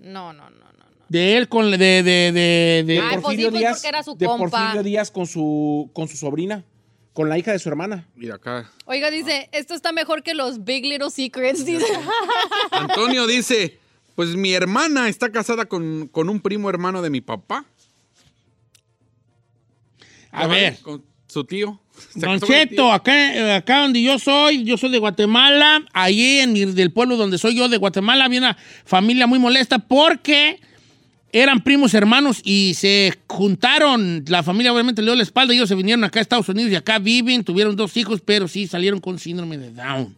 S2: No, no, no, no, no.
S5: De él con de, de, de, de-
S1: De
S2: Ay, pues sí,
S1: Porfirio
S2: pues,
S1: Díaz,
S2: porque era su
S1: de
S2: compa.
S1: Porfirio Díaz con su, con su sobrina, con la hija de su hermana.
S3: Mira acá.
S2: Oiga, dice, esto está mejor que los Big Little Secrets. Dice.
S3: Antonio dice, pues mi hermana está casada con, con un primo hermano de mi papá.
S5: A ver.
S3: Con su tío.
S5: Don Cheto, acá, eh, acá donde yo soy, yo soy de Guatemala, allí en mi- del pueblo donde soy yo de Guatemala había una familia muy molesta porque eran primos hermanos y se juntaron, la familia obviamente le dio la espalda, ellos se vinieron acá a Estados Unidos y acá viven, tuvieron dos hijos, pero sí salieron con síndrome de Down.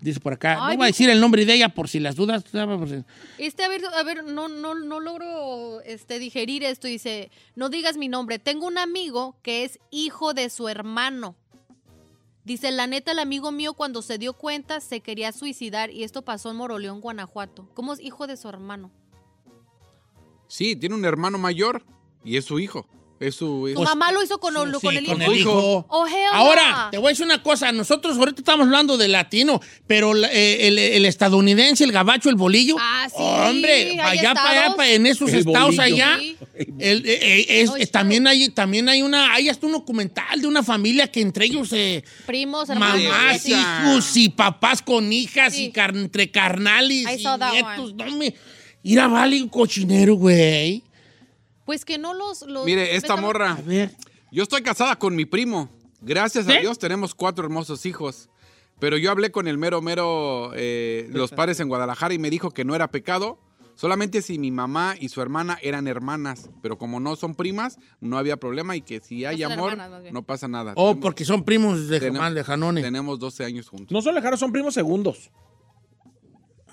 S5: Dice por acá, no
S2: Ay,
S5: iba a
S2: dice-
S5: decir el nombre de ella por si las dudas. por si-
S2: Este, a ver, a ver, no, no, no logro este, digerir esto. Dice, no digas mi nombre. Tengo un amigo que es hijo de su hermano. Dice, la neta, el amigo mío cuando se dio cuenta se quería suicidar y esto pasó en Moroleón, Guanajuato. ¿Cómo es hijo de su hermano?
S3: Sí, tiene un hermano mayor y es su hijo. Es su...
S2: Tu
S3: es-
S2: mamá lo hizo con, lo-
S3: sí,
S2: con el hijo.
S3: con el hijo.
S2: Oh, hell
S5: Ahora,
S2: yeah.
S5: te voy a decir una cosa. Nosotros ahorita estamos hablando de latino, pero la- eh, el, el estadounidense, el gabacho, el bolillo.
S2: Ah, sí,
S5: Hombre,
S2: hay
S5: allá para allá,
S2: estados.
S5: pa- en esos
S2: El
S5: estados
S2: bolillo.
S5: allá.
S2: Sí.
S5: el- eh, eh, es- eh, también, hay, también hay una. Hay hasta un documental de una familia que entre ellos. eh,
S2: Primos, hermanos.
S5: Mamás,
S2: sí, sí.
S5: hijos y papás con hijas y car- entre carnales
S2: I
S5: y
S2: saw that
S5: nietos. No me. Ir a vale un cochinero, güey.
S2: Pues que no los... los-
S3: Mire, esta
S2: metan-
S3: morra. Yo estoy casada con mi primo. Gracias a Dios tenemos cuatro hermosos hijos. Pero yo hablé con el mero mero eh, los padres en Guadalajara y me dijo que no era pecado. Solamente si mi mamá y su hermana eran hermanas. Pero como no son primas, no había problema y que si hay
S1: son
S3: amor,
S1: hermanas, más bien.
S3: no pasa nada.
S5: Oh, porque son primos de,
S3: Tenem-
S5: Germán, de Janone.
S3: Tenemos 12 años juntos.
S1: No son lejanos, son primos segundos.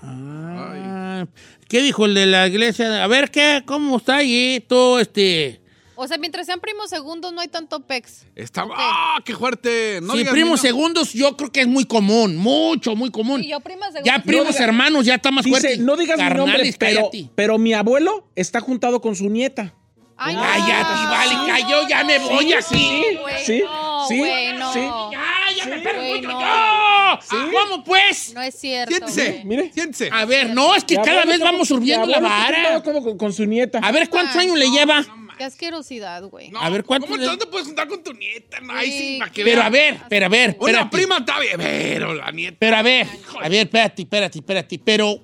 S5: Ah, ¿Qué dijo el de la iglesia? A ver, ¿qué? ¿Cómo está ahí todo este...?
S2: O sea, mientras sean primos segundos no hay tanto pex.
S3: Está... ¡Ah, qué fuerte! No
S5: sí,
S3: digas
S5: primos
S3: ni no.
S5: segundos yo creo que es muy común, mucho, muy común.
S2: Y yo primas segundos.
S5: ya primos
S1: diga-
S5: hermanos, ya está más
S1: Dice,
S5: fuerte.
S1: no digas mi nombre,
S5: Carnales,
S1: pero,
S5: cállate.
S1: pero mi abuelo está juntado con su nieta.
S2: Ay,
S5: Cállate, vale, ca- yo ya me voy aquí.
S1: sí,
S2: no,
S1: sí,
S2: bueno.
S1: sí.
S5: Ya, ya me perro,
S2: Güey,
S5: yo-
S2: no.
S5: yo. ¿Cómo pues?
S2: No es cierto.
S3: Siéntese,
S2: güey.
S1: mire,
S3: siéntese.
S5: A ver, no, es que
S1: Mi
S5: cada
S1: abuelo
S5: vez
S1: está
S5: vamos
S1: con- mi
S5: subiendo la
S1: abuelo está
S5: vara.
S1: juntado como con, con su nieta.
S5: A ver, ¿cuántos
S2: Ay,
S5: años le lleva?
S2: Qué asquerosidad, güey.
S5: A ver, ¿cuántos
S3: ¿Cómo
S5: le-
S3: tú te puedes juntar con tu nieta? Ay, sí, para que
S5: Pero
S3: vea.
S5: a ver, pero a ver,
S3: Una
S5: espérate.
S3: prima está bien, pero la nieta...
S5: Pero a ver, a ver, espérate, espérate, espérate. Pero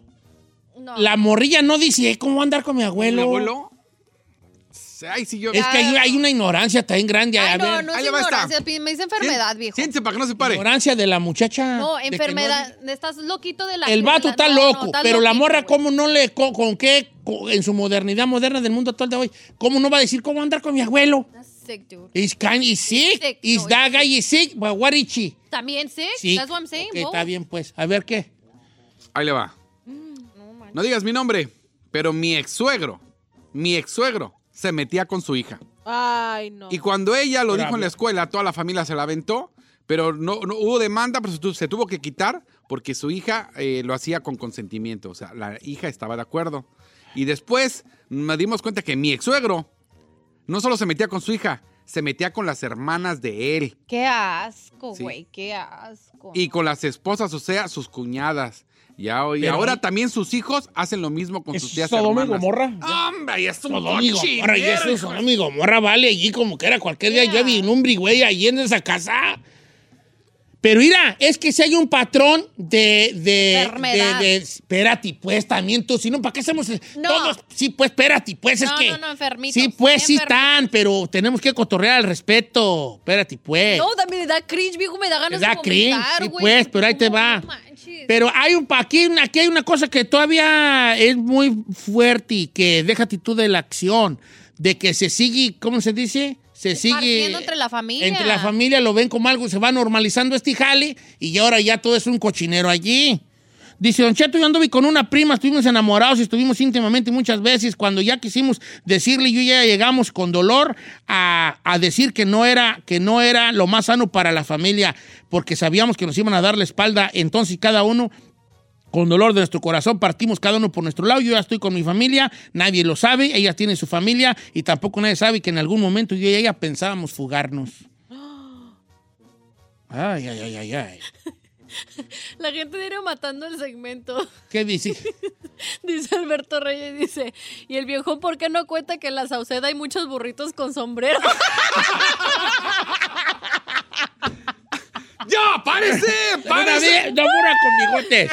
S5: la morrilla no dice, "Eh, ¿cómo va a andar con mi
S3: ¿El
S5: abuelo?
S3: abuelo? Ay, sí, yo...
S5: Es que hay, hay una ignorancia tan grande. A
S2: Ay, no,
S5: ver,
S2: no es
S3: ahí le va esta.
S2: ignorancia. pi- Me dice enfermedad, viejo.
S3: Siéntese para que no se pare.
S5: ignorancia de la muchacha.
S2: No,
S5: de que
S2: enfermedad. Estás loquito de la.
S5: el
S2: de
S5: vato
S2: la-
S5: está
S2: no, no,
S5: loco,
S2: estás
S5: pero la
S2: loquito,
S5: morra,
S2: güey.
S5: ¿cómo no le. co- con, qué? co- en su modernidad moderna del mundo actual de hoy, ¿cómo no va a decir cómo va a andar con mi abuelo?
S2: That's sick, dude.
S5: Is kind, is sick,
S2: sick,
S5: is
S2: no,
S5: that guy is sick, but what is she?
S2: También sick.
S5: Sick.
S2: That's what I'm saying.
S5: Ok,
S2: both.
S5: está bien, pues. A ver qué.
S3: Ahí le va. No digas mi nombre, pero mi ex suegro, mi ex suegro, se metía con su hija.
S4: Ay, no.
S3: Y cuando ella
S5: Pero
S3: lo dijo en
S5: habla.
S3: la escuela, toda la familia se la aventó, pero no, no hubo demanda, pero se, tu- se tuvo que quitar porque su hija eh, lo hacía con consentimiento. O sea, la hija estaba de acuerdo. Y después nos dimos cuenta que mi ex suegro no solo se metía con su hija, se metía con las hermanas de él.
S2: Qué asco,
S3: Sí.
S2: güey. Qué asco.
S3: Y con las esposas, o sea, sus cuñadas. Ya, y
S5: Pero-
S3: ahora también sus hos hacen lo mismo con sus tías
S1: Sodoma y
S3: hermanas.
S1: Gomorra.
S3: ¡Hombre, es un
S5: Sodoma y
S3: cochinero,
S5: Gomorra, Pues, y eso es
S3: hijo de-
S5: Sodoma y Gomorra, vale, allí como que era cualquier día, yo vi en un güey, allí en esa casa. Pero mira, es que si hay un patrón de... de,
S2: Enfermedad.
S5: de- de- espérate, pues, también tú, si no, ¿para qué hacemos el-
S2: No.
S5: todos? Sí, pues, espérate, pues, es
S2: No,
S5: que...
S2: no, no, enfermitos,
S5: Sí, pues, sí
S2: enfermitos.
S5: están, pero tenemos que cotorrear al respeto. Espérate, pues.
S2: No, también me da cringe, viejo. Me da ganas
S5: da
S2: de vomitar,
S5: cringe, sí,
S2: güey.
S5: pues, pero ahí te
S2: ¿Cómo?
S5: va.
S2: No manches.
S5: Pero hay un, aquí, hay una- aquí hay una cosa que todavía es muy fuerte y que deja actitud de la acción, de que se sigue, ¿cómo se dice? Se sigue...
S2: Partiendo entre la familia.
S5: Entre la familia lo ven como algo, se va normalizando este jale y ahora ya todo es un cochinero allí. Dice, Don Cheto, yo anduve con una prima, estuvimos enamorados, estuvimos íntimamente muchas veces. Cuando ya quisimos decirle, yo ya llegamos con dolor a, a decir que no, era, que no era lo más sano para la familia, porque sabíamos que nos iban a dar la espalda. Entonces cada uno con dolor de nuestro corazón partimos cada uno por nuestro lado. Yo ya estoy con mi familia, nadie lo sabe, ella tiene su familia y tampoco nadie sabe que en algún momento yo y ella pensábamos fugarnos. Ay, ay, ay, ay, ay.
S2: La gente viene matando el segmento.
S5: ¿Qué dice?
S2: Dice Alberto Reyes, dice, ¿y el viejo por qué no cuenta que en la Sauceda hay muchos burritos con sombrero?
S3: ¡Ya! ¡Párese! ¡Párese!
S5: ¡No mura con bigotes!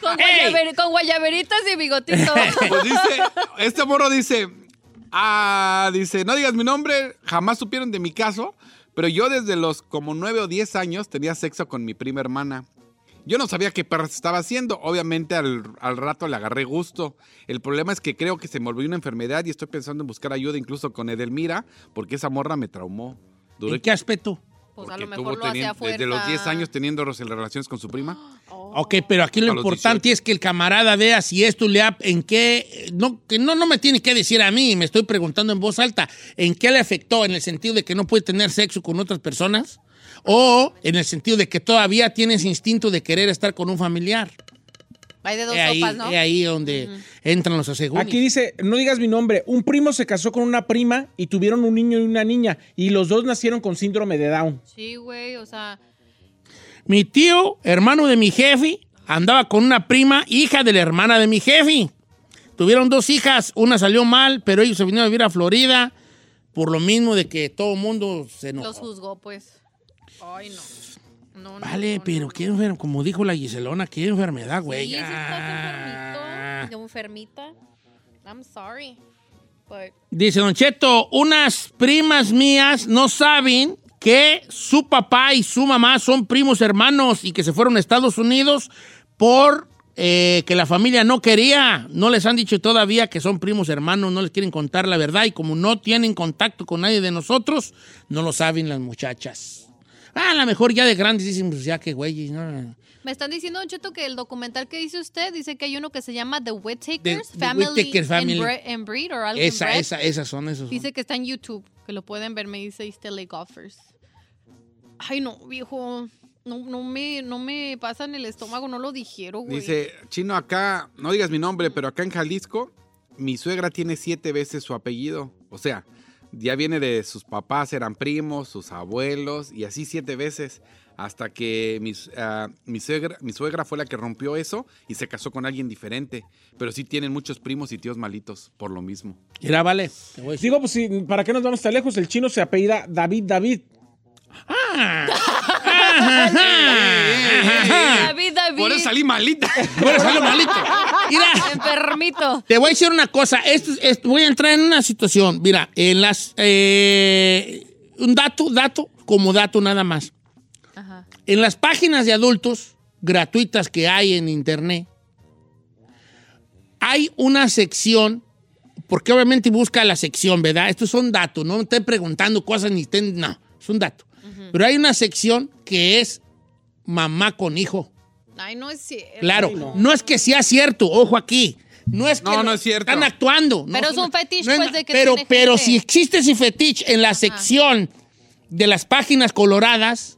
S2: con, guayaber- con guayaberitas y bigotitos.
S3: Pues dice, este morro dice, ah, dice, no digas mi nombre, jamás supieron de mi caso, pero yo desde los como 9 o 10 años tenía sexo con mi prima hermana. Yo no sabía qué perras estaba haciendo, obviamente al, al rato le agarré gusto. El problema es que creo que se me volvió una enfermedad y estoy pensando en buscar ayuda incluso con Edelmira, porque esa morra me traumó. Duré-
S5: ¿En qué aspecto?
S2: Pues a
S3: que
S2: lo
S3: tuvo
S2: mejor lo hace
S3: teniendo-
S2: a fuerza.
S3: desde los 10 años teniendo relaciones con su prima.
S5: Ok, pero aquí lo
S3: A los
S5: importante es que el camarada vea si esto le ha, en qué, no, que no, no me tiene que decir a mí, me estoy preguntando en voz alta, ¿en qué le afectó? ¿En el sentido de que no puede tener sexo con otras personas? ¿O en el sentido de que todavía tiene ese instinto de querer estar con un familiar?
S2: Hay de dos
S5: Es ahí,
S2: sopas, ¿no?
S5: es ahí donde entran los asegúnes.
S1: Aquí dice, no digas mi nombre, un primo se casó con una prima y tuvieron un niño y una niña y los dos nacieron con síndrome de Down.
S2: Sí, güey, o sea,
S5: Mi tío, hermano de mi jefe, andaba con una prima, hija de la hermana de mi jefe. Tuvieron dos hijas, una salió mal, pero ellos se vinieron a vivir a Florida por lo mismo de que todo el mundo se enojó.
S2: los juzgó, pues. Ay, no. No, no.
S5: Vale, pero qué enfermo, como dijo la Giselona, qué enfermedad, güey. Ah.
S2: Sí, sí
S5: ya.
S2: estás enfermito, de enfermita. I'm sorry. But
S5: Dice Don Cheto, unas primas mías no saben que su papá y su mamá son primos hermanos y que se fueron a Estados Unidos por eh, que la familia no quería. No les han dicho todavía que son primos hermanos, no les quieren contar la verdad y como no tienen contacto con nadie de nosotros, no lo saben las muchachas. Ah, a lo mejor ya de grandes dicen, pues ya que güey. no, no, no.
S2: me están diciendo, Don Cheto, que el documental que dice usted dice que hay uno que se llama The Whittakers
S5: The- The
S2: Family,
S5: Whittaker Family.
S2: And, Bre- and Breed or algo en
S5: Esa,
S2: Breed.
S5: esa, esas son, esas son.
S2: Dice que está en YouTube, que lo pueden ver, me dice East LA Golfers. Ay, no, viejo. No, no me, no me pasa en el estómago, no lo dijeron, güey.
S3: Dice, chino, acá, no digas mi nombre, pero acá en Jalisco, mi suegra tiene siete veces su apellido. O sea, ya viene de sus papás, eran primos, sus abuelos, y así siete veces. Hasta que mis, ah, mi, suegra, mi suegra fue la que rompió eso y se casó con alguien diferente. Pero sí tienen muchos primos y tíos malitos, por lo mismo.
S5: Mira, vale.
S1: Digo, pues, sí, ¿para qué nos vamos tan lejos? El chino se apellida David David.
S2: David, David.
S3: Por eso salí malita.
S5: Por eso salí malito. Mira.
S2: Enfermito.
S5: Te voy a decir una cosa. Esto, esto- voy a entrar en una situación. Mira, en las. eh, un dato, dato, como dato nada más. En las páginas de adultos gratuitas que hay en internet, hay una sección. Porque obviamente busca la sección, ¿verdad? Estos son datos, no estén preguntando cosas ni estén. No, es un dato. Pero hay una sección que es mamá con hijo.
S2: Ay, no es cierto.
S5: Claro, no. es que sea cierto, ojo aquí. No es que no, es cierto. están actuando. no
S2: Pero es
S5: son-
S2: un fetiche,
S5: no es
S2: pues,
S5: na-
S2: de que
S5: pero,
S2: tiene
S5: pero
S2: gente.
S5: si existe ese fetiche en la sección de las páginas coloradas,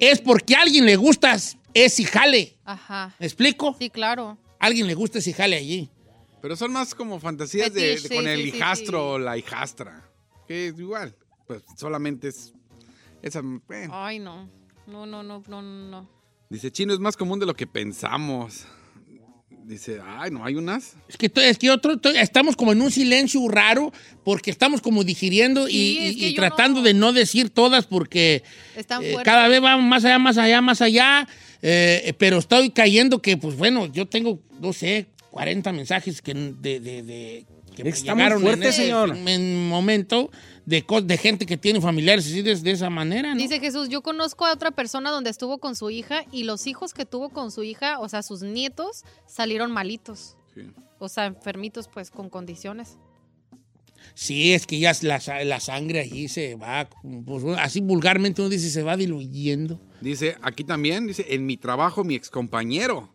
S5: es porque a alguien le gusta ese jale.
S2: Ajá.
S5: ¿Me explico?
S2: Sí, claro.
S5: A alguien le gusta ese jale allí.
S3: Pero son más como fantasías de,
S2: Fetiche,
S3: de- con
S2: Pues sí,
S3: el
S2: sí, sí,
S3: hijastro
S2: sí.
S3: o la hijastra. Que es igual. Pues solamente es. Esa, bueno.
S2: Ay, no. No, no, no, no, no, no.
S3: Dice, chino es más común de lo que pensamos. Dice, ay, no hay unas.
S5: Es que, to- es que otro, to- estamos como en un silencio raro porque estamos como digiriendo y-
S2: Sí,
S5: y,
S2: es que
S5: y
S2: yo
S5: tratando de no decir todas porque
S2: Están
S5: eh,
S2: fuertes.
S5: cada vez vamos más allá, más allá, más allá, eh, pero estoy cayendo que, pues bueno, yo tengo, no sé, 40 mensajes que, de, de- de- que me
S1: Está muy fuerte,
S5: en, ese-
S1: señor.
S5: en momento de, cos- de gente que tiene familiares así de, de esa manera, ¿no?
S2: Dice Jesús, yo conozco a otra persona donde estuvo con su hija y los hijos que tuvo con su hija, o sea, sus nietos, salieron malitos. O sea, enfermitos, pues, con condiciones.
S5: Sí, es que ya la, sa- la sangre allí se va, pues, así vulgarmente uno dice, se va diluyendo.
S3: Dice, aquí también, dice, en mi trabajo, mi excompañero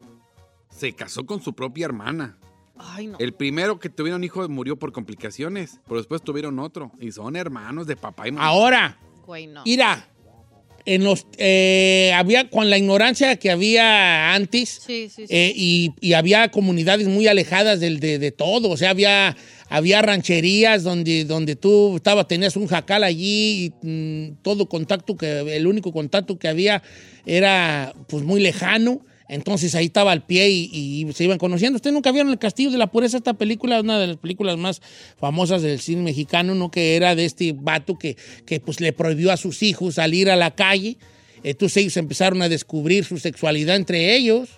S3: se casó con su propia hermana.
S2: Ay, no.
S3: El primero que tuvieron hijo murió por complicaciones, pero después tuvieron otro. Y son hermanos de papá y mamá.
S5: Ahora,
S2: Güey, no.
S5: Mira, en los, eh, había con la ignorancia que había antes
S2: Sí, sí, sí.
S5: eh, y, y había comunidades muy alejadas del, de, de todo, o sea, había había rancherías donde, donde tú estaba, tenías un jacal allí y mm, todo contacto que, el único contacto que había era pues muy lejano. Entonces ahí estaba al pie y, y se iban conociendo. Ustedes nunca vieron El Castillo de la Pureza, esta película, una de las películas más famosas del cine mexicano, ¿no? Que era de este vato que, que pues le prohibió a sus hijos salir a la calle. Entonces ellos empezaron a descubrir su sexualidad entre ellos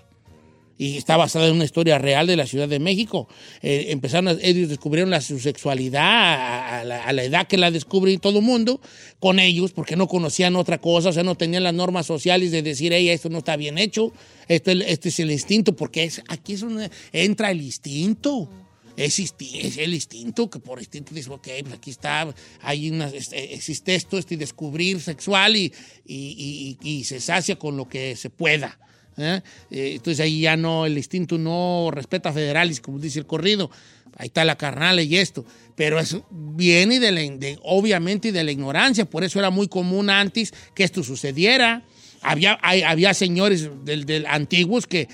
S5: y está basada en una historia real de la Ciudad de México. Eh, empezaron, a- ellos descubrieron la, su sexualidad a, a la, a la edad que la descubre todo el mundo con ellos, porque no conocían otra cosa, o sea, no tenían las normas sociales de decir, hey, esto no está bien hecho, esto, es- este es el instinto, porque es, aquí es una- entra el instinto. Es, insti- es el instinto que por instinto dice, ok, pues aquí está, hay una, es- existe esto, este descubrir sexual y, y- y- y se sacia con lo que se pueda. ¿eh? Eh, Entonces ahí ya no, el instinto no respeta federales, como dice el corrido. Ahí está la carnal y esto. Pero eso viene de la in- de- obviamente de la ignorancia. Por eso era muy común antes que esto sucediera. Había, hay- había señores del, del- antiguos que,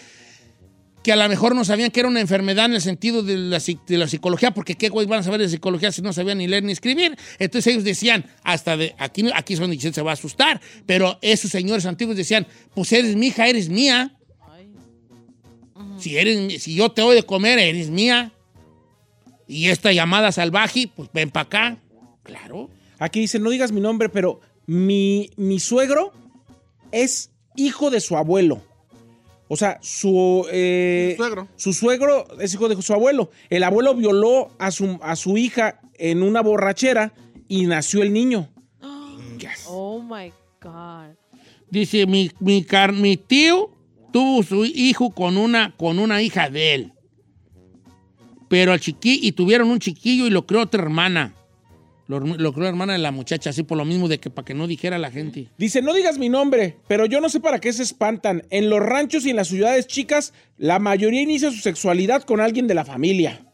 S5: que a lo mejor no sabían que era una enfermedad en el sentido de la, psi- de la psicología, porque qué güey van a saber de psicología si no sabían ni leer ni escribir. Entonces ellos decían, hasta de aquí, aquí es donde se va a asustar, pero esos señores antiguos decían, pues eres mi hija, eres mía. Si, eres, mi- si yo te doy de comer, eres mía. Y esta llamada salvaje, pues ven para acá. Claro.
S1: Aquí dice, no digas mi nombre, pero mi, mi suegro es hijo de su abuelo. O sea, su, eh,
S3: suegro.
S1: su suegro es hijo de su abuelo. El abuelo violó a su, a su hija en una borrachera y nació el niño.
S4: Oh my God.
S5: Dice, mi, mi, car- mi tío tuvo su hijo con una, con una hija de él. Pero al chiqui y tuvieron un chiquillo y lo creó otra hermana. Lo, lo creó hermana de la muchacha, así por lo mismo de que para que no dijera la gente.
S1: Dice, no digas mi nombre, pero yo no sé para qué se espantan. En los ranchos y en las ciudades chicas, la mayoría inicia su sexualidad con alguien de la familia.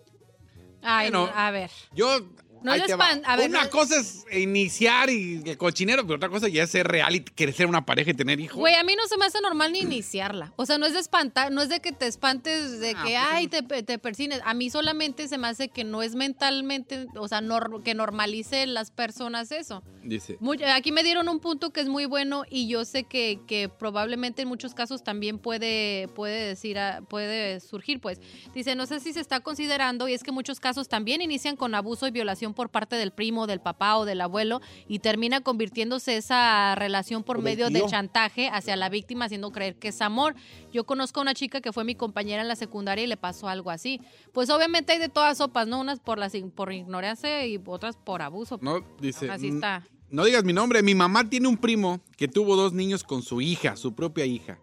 S2: Ay,
S3: Bueno,
S2: no, a ver.
S3: Yo.
S2: No
S3: ahí
S2: lo
S3: te va.
S2: espan- a ver,
S3: una
S2: no-
S3: cosa es iniciar y el cochinero, pero otra cosa ya es ser real y crecer una pareja y tener hijos.
S2: Güey, a mí no se me hace normal ni iniciarla. O sea, no es de espantar, no es de que te espantes de que, ay, te, pe- te persines. A mí solamente se me hace que no es mentalmente, o sea, nor- que normalice las personas eso.
S3: Dice.
S2: Mucho- aquí me dieron un punto que es muy bueno y yo sé que, que probablemente en muchos casos también puede, puede decir, ah, puede surgir, pues. Dice, no sé si se está considerando, y es que muchos casos también inician con abuso y violación por parte del primo, del papá o del abuelo, y termina convirtiéndose esa relación por
S12: O del
S2: medio
S12: tío.
S2: de chantaje hacia la víctima, haciendo creer que es amor. Yo conozco a una chica que fue mi compañera en la secundaria y le pasó algo así. Pues obviamente hay de todas sopas, ¿no? Unas por las por ignorancia y otras por abuso.
S3: No, dice. "Mm,
S2: Así está.
S3: No digas mi nombre. Mi mamá tiene un primo que tuvo dos niños con su hija, su propia hija.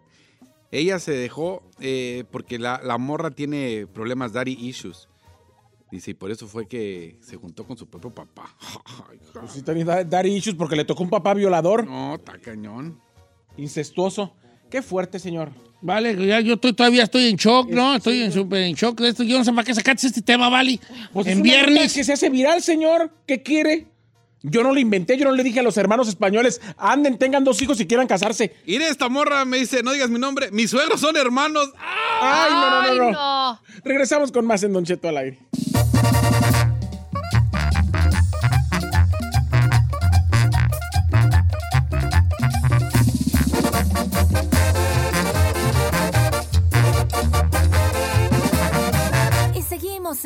S3: Ella se dejó eh, porque la, la morra tiene problemas daddy issues. Dice, y por eso fue que se juntó con su propio papá.
S1: Pues sí, también da- dar issues porque le tocó un papá violador.
S3: No, está cañón.
S1: Incestuoso. Qué fuerte, señor.
S5: Vale, pues ya yo estoy, todavía estoy en shock, ¿no? Estoy en súper en shock de esto. Yo no sé para qué sacaste este tema, Vali.
S1: Pues es
S5: en
S1: una
S5: viernes.
S1: nota Que se hace viral, señor. ¿Qué quiere? Yo no lo inventé, yo no le dije a los hermanos españoles, anden, tengan dos hijos si quieran casarse.
S3: Y de esta morra me dice, no digas mi nombre. Mis suegros son hermanos.
S1: Ay, no, no, no, no.
S2: no.
S1: Regresamos con más en Don Cheto al aire.
S11: Y seguimos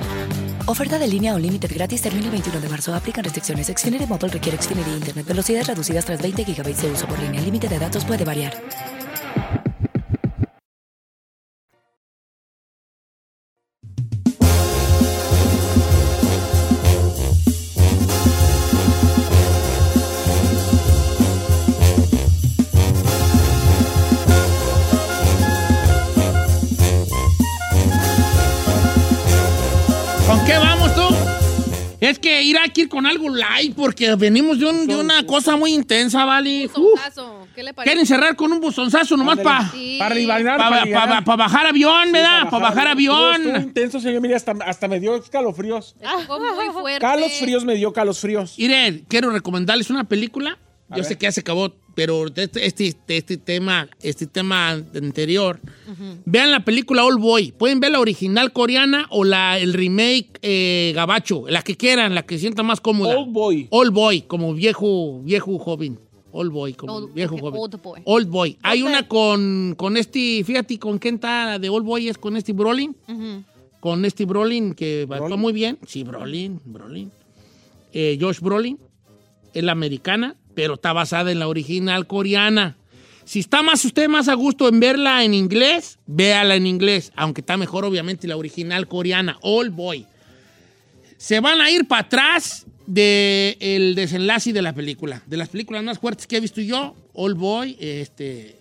S13: Oferta de línea o límite gratis termina el 21 de marzo. Aplican restricciones. Xfinity Mobile requiere Xfinity Internet. Velocidades reducidas tras 20 gigabytes de uso por línea. El límite de datos puede variar.
S5: ¿Con qué vamos tú? Es que ir aquí con algo light porque venimos de, un- de una cosa muy intensa, ¿vale?
S2: Tazo, ¿Qué le
S5: Uf,
S2: parece?
S5: quieren cerrar con un buzonzazo nomás para
S2: Sí.
S1: Para libanar, para ligar.
S5: bajar avión, ¿verdad? para bajar avión.
S1: Estuvo intenso, señor. Mira, hasta, hasta me dio escalofríos.
S2: Estuvo muy fuerte.
S1: Calos fríos me dio, calos fríos.
S5: Miren, quiero recomendarles una película.
S1: A
S5: Yo
S1: ver.
S5: sé que ya se acabó, pero de este, este, de este tema, este tema anterior. Vean la película All Boy. Pueden ver la original coreana o la, el remake eh, Gabacho. La que quieran, la que sientan más cómoda. All
S1: Boy.
S5: All Boy, como viejo, viejo joven. All Boy, como
S2: Old-
S5: viejo
S2: ok,
S5: joven.
S2: old boy.
S5: Old Boy. Hay una con, con este, fíjate, ¿con quién está la de Old Boy? Es con este Brolin.
S2: Ujú.
S5: Con este Brolin que actuó muy bien. Sí, Brolin, Brolin. Eh, Josh Brolin. Es la americana, pero está basada en la original coreana. Si está más usted más a gusto en verla en inglés, véala en inglés. Aunque está mejor, obviamente, la original coreana. All Boy. Se van a ir para atrás del el desenlace de la película. De las películas más fuertes que he visto yo, All Boy, este.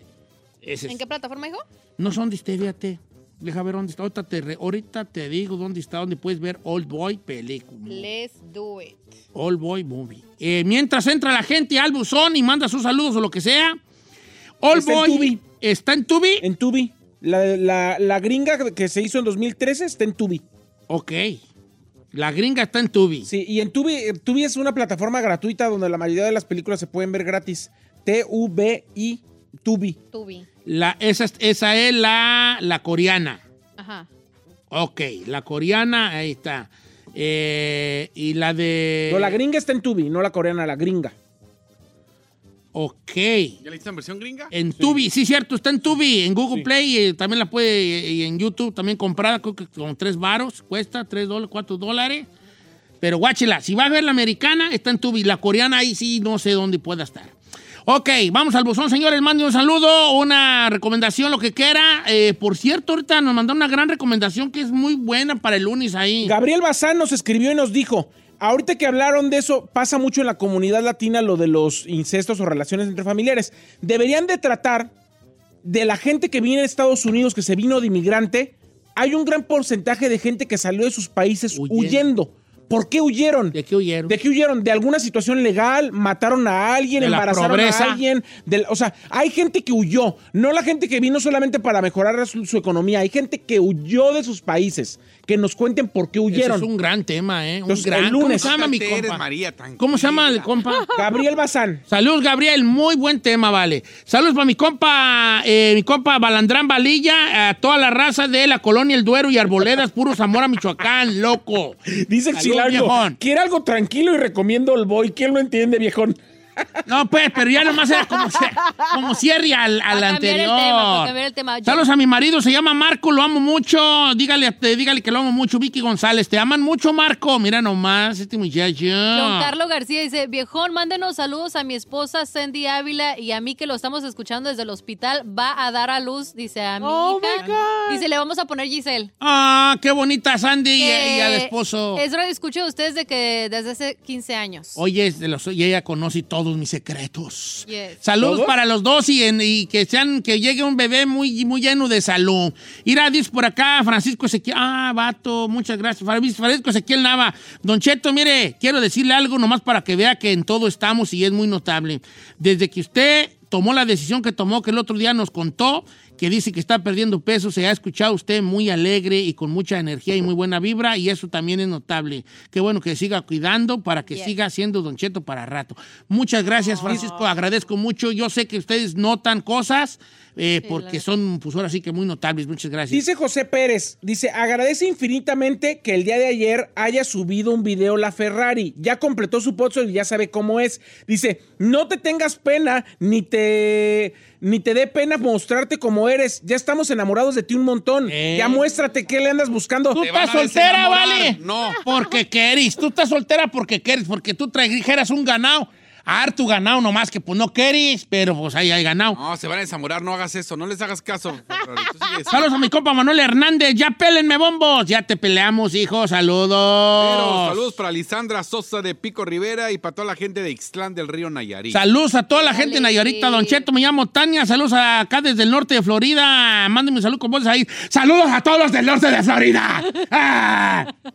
S5: ese es.
S2: ¿En qué plataforma, hijo?
S5: No son de este, fíjate. Deja ver dónde está. Ahorita te, re- ahorita te digo dónde está, dónde puedes ver Old Boy película.
S2: Let's do it.
S5: Old Boy movie. Eh, mientras entra la gente al buzón y manda sus saludos o lo que sea. Old
S1: Está en
S5: Boy.
S1: Tubi.
S5: ¿Está en Tubi?
S1: En Tubi. La, la- la gringa que se hizo en 2013 está en Tubi.
S5: Ok. La gringa está en Tubi.
S1: Sí, y en Tubi, eh, Tubi es una plataforma gratuita donde la mayoría de las películas se pueden ver gratis. T-U-B-I, Tubi.
S2: Tubi.
S5: La, esa, es- esa es la, la coreana.
S2: Ajá.
S5: Ok, la coreana, ahí está. Eh, y la de.
S1: No, la gringa está en Tubi, no la coreana, la gringa.
S5: Ok.
S3: ¿Ya le hiciste en versión gringa?
S5: En Tubi, sí, cierto, está en Tubi, en Google Play, eh, también la puede, eh, y en YouTube también comprada, creo que con tres varos, cuesta tres dólares, cuatro dólares. Pero guáchela, si va a ver la americana, está en Tubi, la coreana ahí sí, no sé dónde pueda estar. Ok, vamos al buzón, señores, manden un saludo, una recomendación, lo que quiera. Eh, por cierto, ahorita nos mandaron una gran recomendación que es muy buena para el lunes ahí.
S1: Gabriel Bazán nos escribió y nos dijo, ahorita que hablaron de eso, pasa mucho en la comunidad latina lo de los incestos o relaciones entre familiares. Deberían de tratar de la gente que viene de Estados Unidos, que se vino de inmigrante, hay un gran porcentaje de gente que salió de sus países huyendo. ¿Por qué huyeron? ¿De
S5: qué huyeron?
S1: ¿De qué huyeron? ¿De alguna situación legal? ¿Mataron a alguien?
S5: De la
S1: ¿Embarazaron
S5: pobreza.
S1: a alguien? del- o sea, hay gente que huyó. No la gente que vino solamente para mejorar su, su economía. Hay gente que huyó de sus países. Que nos cuenten por qué
S5: Ese
S1: huyeron.
S5: es un gran tema, ¿eh? Un
S1: Entonces,
S5: gran
S1: el
S5: ¿Cómo
S1: lunes.
S5: se llama mi
S1: No te alteres,
S5: compa?
S3: María,
S5: ¿Cómo se llama el compa?
S1: Gabriel Bazán.
S5: Salud, Gabriel. Muy buen tema, vale. Saludos para mi compa, eh, mi compa Balandrán Valilla, a toda la raza de la colonia El Duero y Arboledas, puro Zamora, Michoacán, loco.
S1: Dice
S5: Salud,
S1: Xilango,
S5: viejón.
S1: quiere algo tranquilo y recomiendo el boy. ¿Quién lo entiende, viejón?
S5: No, pues, pero ya nomás era como, ce- como cierre al, al
S2: Para cambiar el
S5: anterior.
S2: tema, para cambiar el tema. Yo-
S5: Saludos a mi marido, se llama Marco, lo amo mucho. Dígale, te- dígale que lo amo mucho, Vicky González. Te aman mucho, Marco. Mira nomás, este muchacho.
S2: Don Carlos García dice, viejón, mándenos saludos a mi esposa Sandy Ávila y a mí que lo estamos escuchando desde el hospital. Va a dar a luz, dice a mi
S5: Oh
S2: hija. Dice, le vamos a poner Giselle.
S5: Ah, qué bonita Sandy y, y al
S2: Eh,
S5: esposo.
S2: Es radio escucho de ustedes de que desde hace 15 años.
S5: Oye, es de los- y ella conoce todos mis secretos.
S2: Yes.
S5: Saludos
S2: ¿Todos?
S5: para los dos y, en- y que sean que llegue un bebé muy, muy lleno de salud. Irá, dice por acá, Francisco Ezequiel. Ah, vato, muchas gracias. Fra- Francisco Ezequiel Nava. Don Cheto, mire, quiero decirle algo nomás para que vea que en todo estamos y es muy notable. Desde que usted tomó la decisión que tomó, que el otro día nos contó, que dice que está perdiendo peso, se ha escuchado usted muy alegre y con mucha energía y muy buena vibra, y eso también es notable. Qué bueno que siga cuidando para que
S3: Yes.
S5: siga siendo Don Cheto para rato. Muchas gracias, Francisco, agradezco mucho. Yo sé que ustedes notan cosas, eh, porque son, pues ahora sí que muy notables. Muchas gracias.
S1: Dice José Pérez, dice, agradece infinitamente que el día de ayer haya subido un video la Ferrari. Ya completó su pozo y ya sabe cómo es. Dice, no te tengas pena, ni te, ni te dé pena mostrarte como eres. Ya estamos enamorados de ti un montón.
S5: Eh.
S1: Ya muéstrate qué le andas buscando.
S5: Tú estás soltera, ¿vale? No. Porque querís. Tú estás soltera porque querís. Porque tú trajeras un ganado. Harto ganado nomás que pues no querís, pero pues ahí hay ganado.
S3: No, se van a desamorar, no hagas eso, no les hagas caso. Ferrari, tú sigues.
S5: Saludos a mi compa Manuel Hernández. Ya pélenme bombos. Ya te peleamos, hijo.
S3: Pero
S5: Saludos.
S3: saludos para Lisandra Sosa de Pico Rivera y para toda la gente de Ixtlán del Río Nayarit.
S5: Saludos a toda la gente en Nayorita, Don Cheto, me llamo Tania, saludos acá desde el norte de Florida, mándenme un saludo con vos ahí, saludos a todos los del norte de Florida. Ah.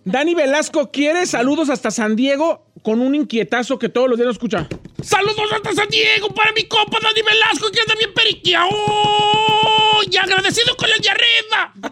S1: Dani Velasco quiere saludos hasta San Diego con un inquietazo que todos los días nos escucha.
S5: Saludos hasta San Diego para mi compa Dani Velasco, que anda bien periqueado y agradecido con el de arriba.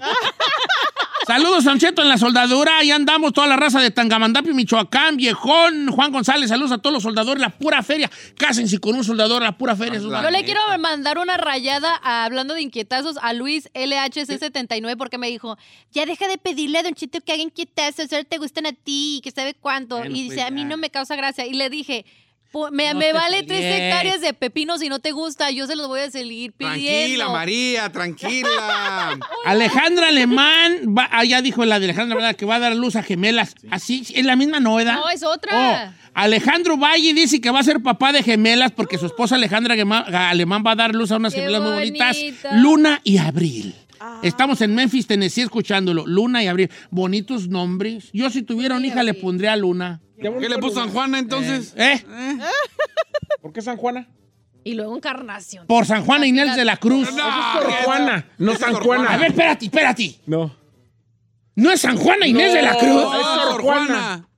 S5: Saludos, Don Cheto, en la soldadura. Ahí andamos toda la raza de Tangamandapio, Michoacán, Viejón, Juan González. Saludos a todos los soldadores, la pura feria. Cásense con un soldador, la pura feria.
S2: Yo le quiero mandar una rayada a- hablando de inquietazos a Luis LHC79 porque me dijo, ya deja de pedirle a Don Chito que haga inquietazos, ahora te gustan a ti y que sabe cuánto.
S5: Bueno,
S2: y dice,
S5: pues,
S2: a mí
S5: ya.
S2: no me causa gracia. Y le dije, "Po- me,
S3: No
S2: me
S3: te
S2: vale tres
S3: pelees.
S2: hectáreas de pepino si no te gusta, yo se los voy a seguir pidiendo.
S3: Tranquila, María, tranquila.
S5: Alejandra Alemán, va- ah, ya dijo la de Alejandra, ¿verdad? Que va a dar a luz a gemelas. Así, es la misma novedad.
S2: No, es otra.
S5: Alejandro Valle dice que va a ser papá de gemelas porque su esposa Alejandra Gema- Alemán va a dar luz a unas
S2: Qué Ah.
S5: gemelas muy bonitas.
S2: bonita.
S5: Luna y Abril. Estamos en Memphis, Tennessee, escuchándolo. Luna y Abril. Bonitos nombres. Yo si tuviera una hija le pondría a Luna.
S3: ¿Qué le puso San Juana entonces?
S5: ¿Eh?
S1: Oh, ¿Por qué San Juana?
S2: Y luego encarnación.
S5: Por San Juana Inés de la Cruz.
S1: Eso es Sor Juana, no San Juana.
S5: A ver, espérate, espérate.
S1: No.
S5: No es San Juana Inés
S1: No,
S5: de la Cruz.
S1: es Sor Juana.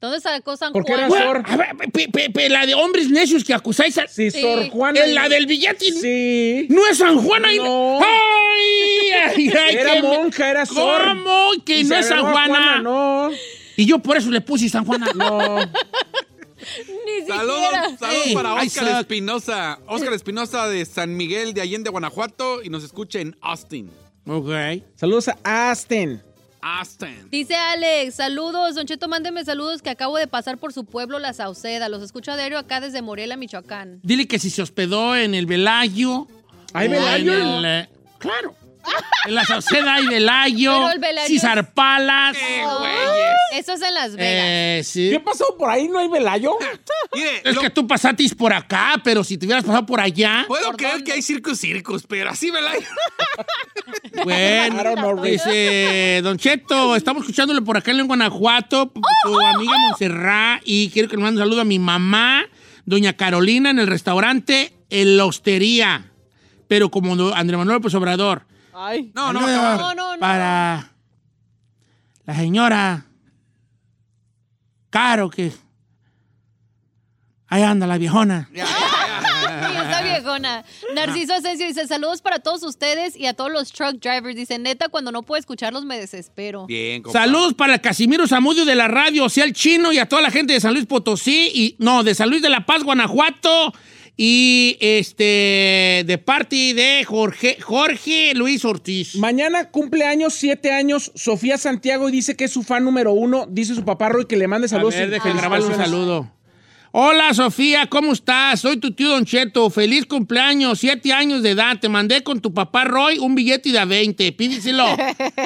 S2: ¿Dónde sacó San
S5: Porque
S2: Juan?
S5: A ver, pe- pe- pe- la de hombres necios que acusáis a... Sí,
S2: Sor Juana.
S5: En la del billete.
S1: Sí.
S5: No es San Juana. y-
S1: No.
S5: ¡Ay! ay, ay,
S1: Era
S5: que me-
S1: monja, era sor.
S5: ¿Cómo que
S1: Y
S5: no
S1: se
S5: es San
S1: agregó a
S5: Juana?
S1: Juana, no.
S5: Y yo por eso le puse San Juana.
S1: No.
S2: Ni
S3: Saludos, saludos
S5: Ey,
S3: para
S5: I
S3: Óscar
S5: suck.
S3: Espinosa. Óscar Espinosa de San Miguel de Allende, Guanajuato, y nos escucha en Austin.
S5: Ok.
S1: Saludos a Aston.
S3: Austin.
S2: Dice Alex, saludos, Don Cheto, mándeme saludos que acabo de pasar por su pueblo, La Sauceda. Los escucho a diario acá desde Morelia, Michoacán.
S5: Dile que si se hospedó en el Velayo.
S1: ¿Hay
S5: o
S1: Velayo?
S5: en el, eh, claro. En la Sauceda hay Velayo.
S2: Pero el Velayo es-
S5: Cizar Palas.
S2: Eso es en Las Vegas.
S5: Eh, sí.
S1: ¿Qué pasó por ahí? ¿No hay Velayo?
S5: Es que tú pasatis por acá, pero si te hubieras pasado por allá.
S3: Puedo creer que hay circus circus, pero así me la...
S1: I don't know,
S5: Bueno,
S1: Rick.
S5: dice Don Cheto, estamos escuchándole por acá en Guanajuato, p-
S3: Oh,
S5: tu amiga Montserrat, y quiero que le mande un saludo a mi mamá, Doña Carolina, en el restaurante En la Hostería, pero como do- André Manuel López Obrador.
S4: Ay.
S3: No, no,
S5: Saludo
S3: no, no, no.
S5: Para la señora Caro, que ahí anda la viejona.
S2: Sí, está viejona. Narciso
S5: Ah.
S2: Asensio dice, saludos para todos ustedes y a todos los truck drivers. Dice, neta, cuando no puedo escucharlos me desespero.
S3: Bien, compa.
S5: Saludos para el Casimiro Zamudio de la radio, o sea, el chino y a toda la gente de San Luis Potosí y no, de San Luis de la Paz, Guanajuato y este de parte de Jorge Jorge Luis Ortiz.
S1: Mañana cumple años, siete años, Sofía Santiago y dice que es su fan número uno. Dice su papá Roy que le mande saludos.
S5: a ver,
S1: y
S5: déjame grabarle un
S1: felicitaciones.
S5: saludo. Hola Sofía, ¿cómo estás? Soy tu tío Don Cheto. Feliz cumpleaños, siete años de edad. Te mandé con tu papá Roy un billete de a 20. Pídeselo.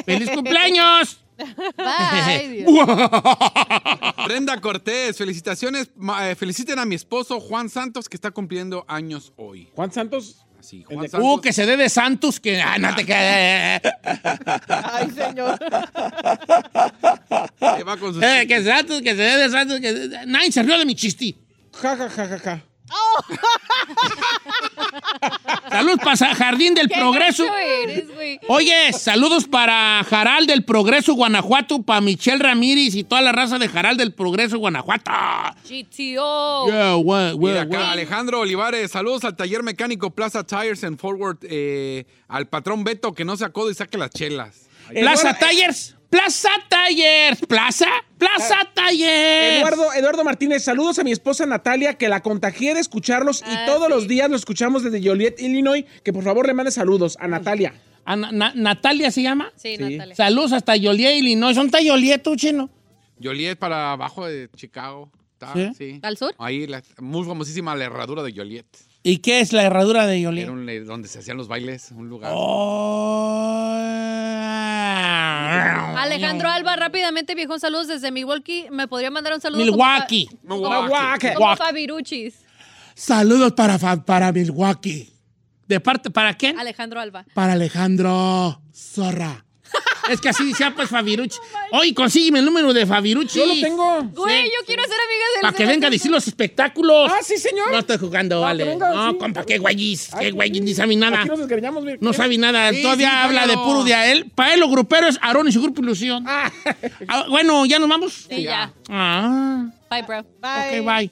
S5: ¡Feliz cumpleaños!
S2: Bye. Dios.
S3: Brenda Cortés, felicitaciones. ma- eh, feliciten a mi esposo Juan Santos, que está cumpliendo años hoy.
S1: Juan Santos.
S3: Sí, Juan
S5: Uh,
S3: Santos.
S5: que se dé de Santos, que... Ah, no te quedes.
S4: Ay, señor.
S3: que va con sus
S5: Eh, que Santos, que se dé de Santos, que... Nadie se rió de mi chiste.
S1: Ja, ja, ja, ja, ja.
S5: Saludos para Jardín del
S2: Qué
S5: Progreso.
S2: gacho eh. eres, güey.
S5: Oye, saludos para Jaral del Progreso, Guanajuato, para Michelle Ramírez y toda la raza de Jaral del Progreso, Guanajuato.
S2: GTO.
S5: Yeah, what, what,
S3: Mira acá,
S5: what.
S3: Alejandro Olivares, saludos al taller mecánico Plaza Tires and Forward, eh, al patrón Beto que no sacó y saque las chelas.
S5: Plaza Tires. Plaza Tallers, Plaza, Plaza Tallers.
S1: Ah, Eduardo, Eduardo Martínez, saludos a mi esposa Natalia, que la contagié de escucharlos y todos los días lo escuchamos desde Joliet, Illinois. Que por favor le mande saludos a Natalia.
S5: ¿A Ah, ¿Natalia se llama?
S2: Sí,
S5: Natalia. Saludos hasta Joliet, Illinois. ¿Son Joliet tú, chino?
S3: Joliet para abajo de Chicago. Está,
S5: ¿Sí?
S3: ¿Sí?
S2: ¿Al sur?
S3: Ahí, la, muy famosísima la herradura de Joliet.
S5: ¿Y qué es la herradura de Joliet?
S3: Era un le- donde se hacían los bailes, un lugar.
S5: Oh.
S2: Alejandro Alba, rápidamente, viejo, saludos desde Milwaukee. ¿Me podría mandar un saludo?
S5: Milwaukee.
S2: Como, fa- como-
S5: Milwaukee.
S2: como
S5: Milwaukee.
S2: Fabiruchis.
S5: Saludos para, fa- para Milwaukee. ¿De parte para quién?
S2: Alejandro Alba.
S5: Para Alejandro Zorra. es que así decía pues Fabirucci. Oye, consígueme el número de Fabirucci.
S1: Yo lo tengo.
S2: Güey, yo quiero ser amiga de él.
S5: Para
S2: se
S5: que
S2: me
S5: venga a
S2: hace-
S5: decir los espectáculos.
S1: Ah, sí, señor.
S5: No estoy jugando,
S1: Ah,
S5: vale.
S1: que venga,
S5: no,
S1: sí.
S5: compa, qué guayis, qué guayis, ni sabe nada.
S1: Aquí nos desgreñamos, mira.
S5: No sabe nada,
S1: Sí,
S5: todavía
S1: sí,
S5: habla de
S1: claro.
S5: puro de a él. Para él lo grupero es Aarón y su grupo Ilusión. Ah, bueno, ¿ya nos vamos?
S2: Sí, ya.
S5: Ah,
S2: Bye, bro.
S5: ok, bye.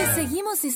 S11: Y seguimos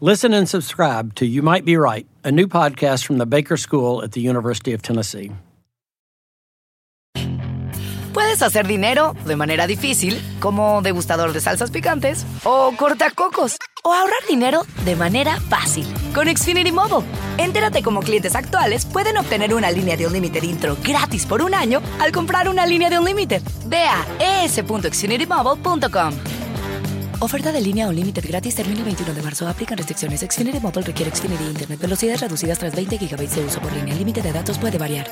S14: Listen and subscribe to You Might Be Right, a new podcast from the Baker School at the University of Tennessee.
S13: Puedes hacer dinero de manera difícil como degustador de salsas picantes o cortacocos o ahorrar dinero de manera fácil con Xfinity Mobile. Entérate cómo clientes actuales pueden obtener una línea de un límite intro gratis por un año al comprar una línea de un límite. Ve a es.xfinitymobile.com. Oferta de línea o límite gratis termina el 21 de marzo. Aplican restricciones. Xfinity Mobile requiere Xfinity Internet. Velocidades reducidas tras 20 GB de uso por línea. El límite de datos puede variar.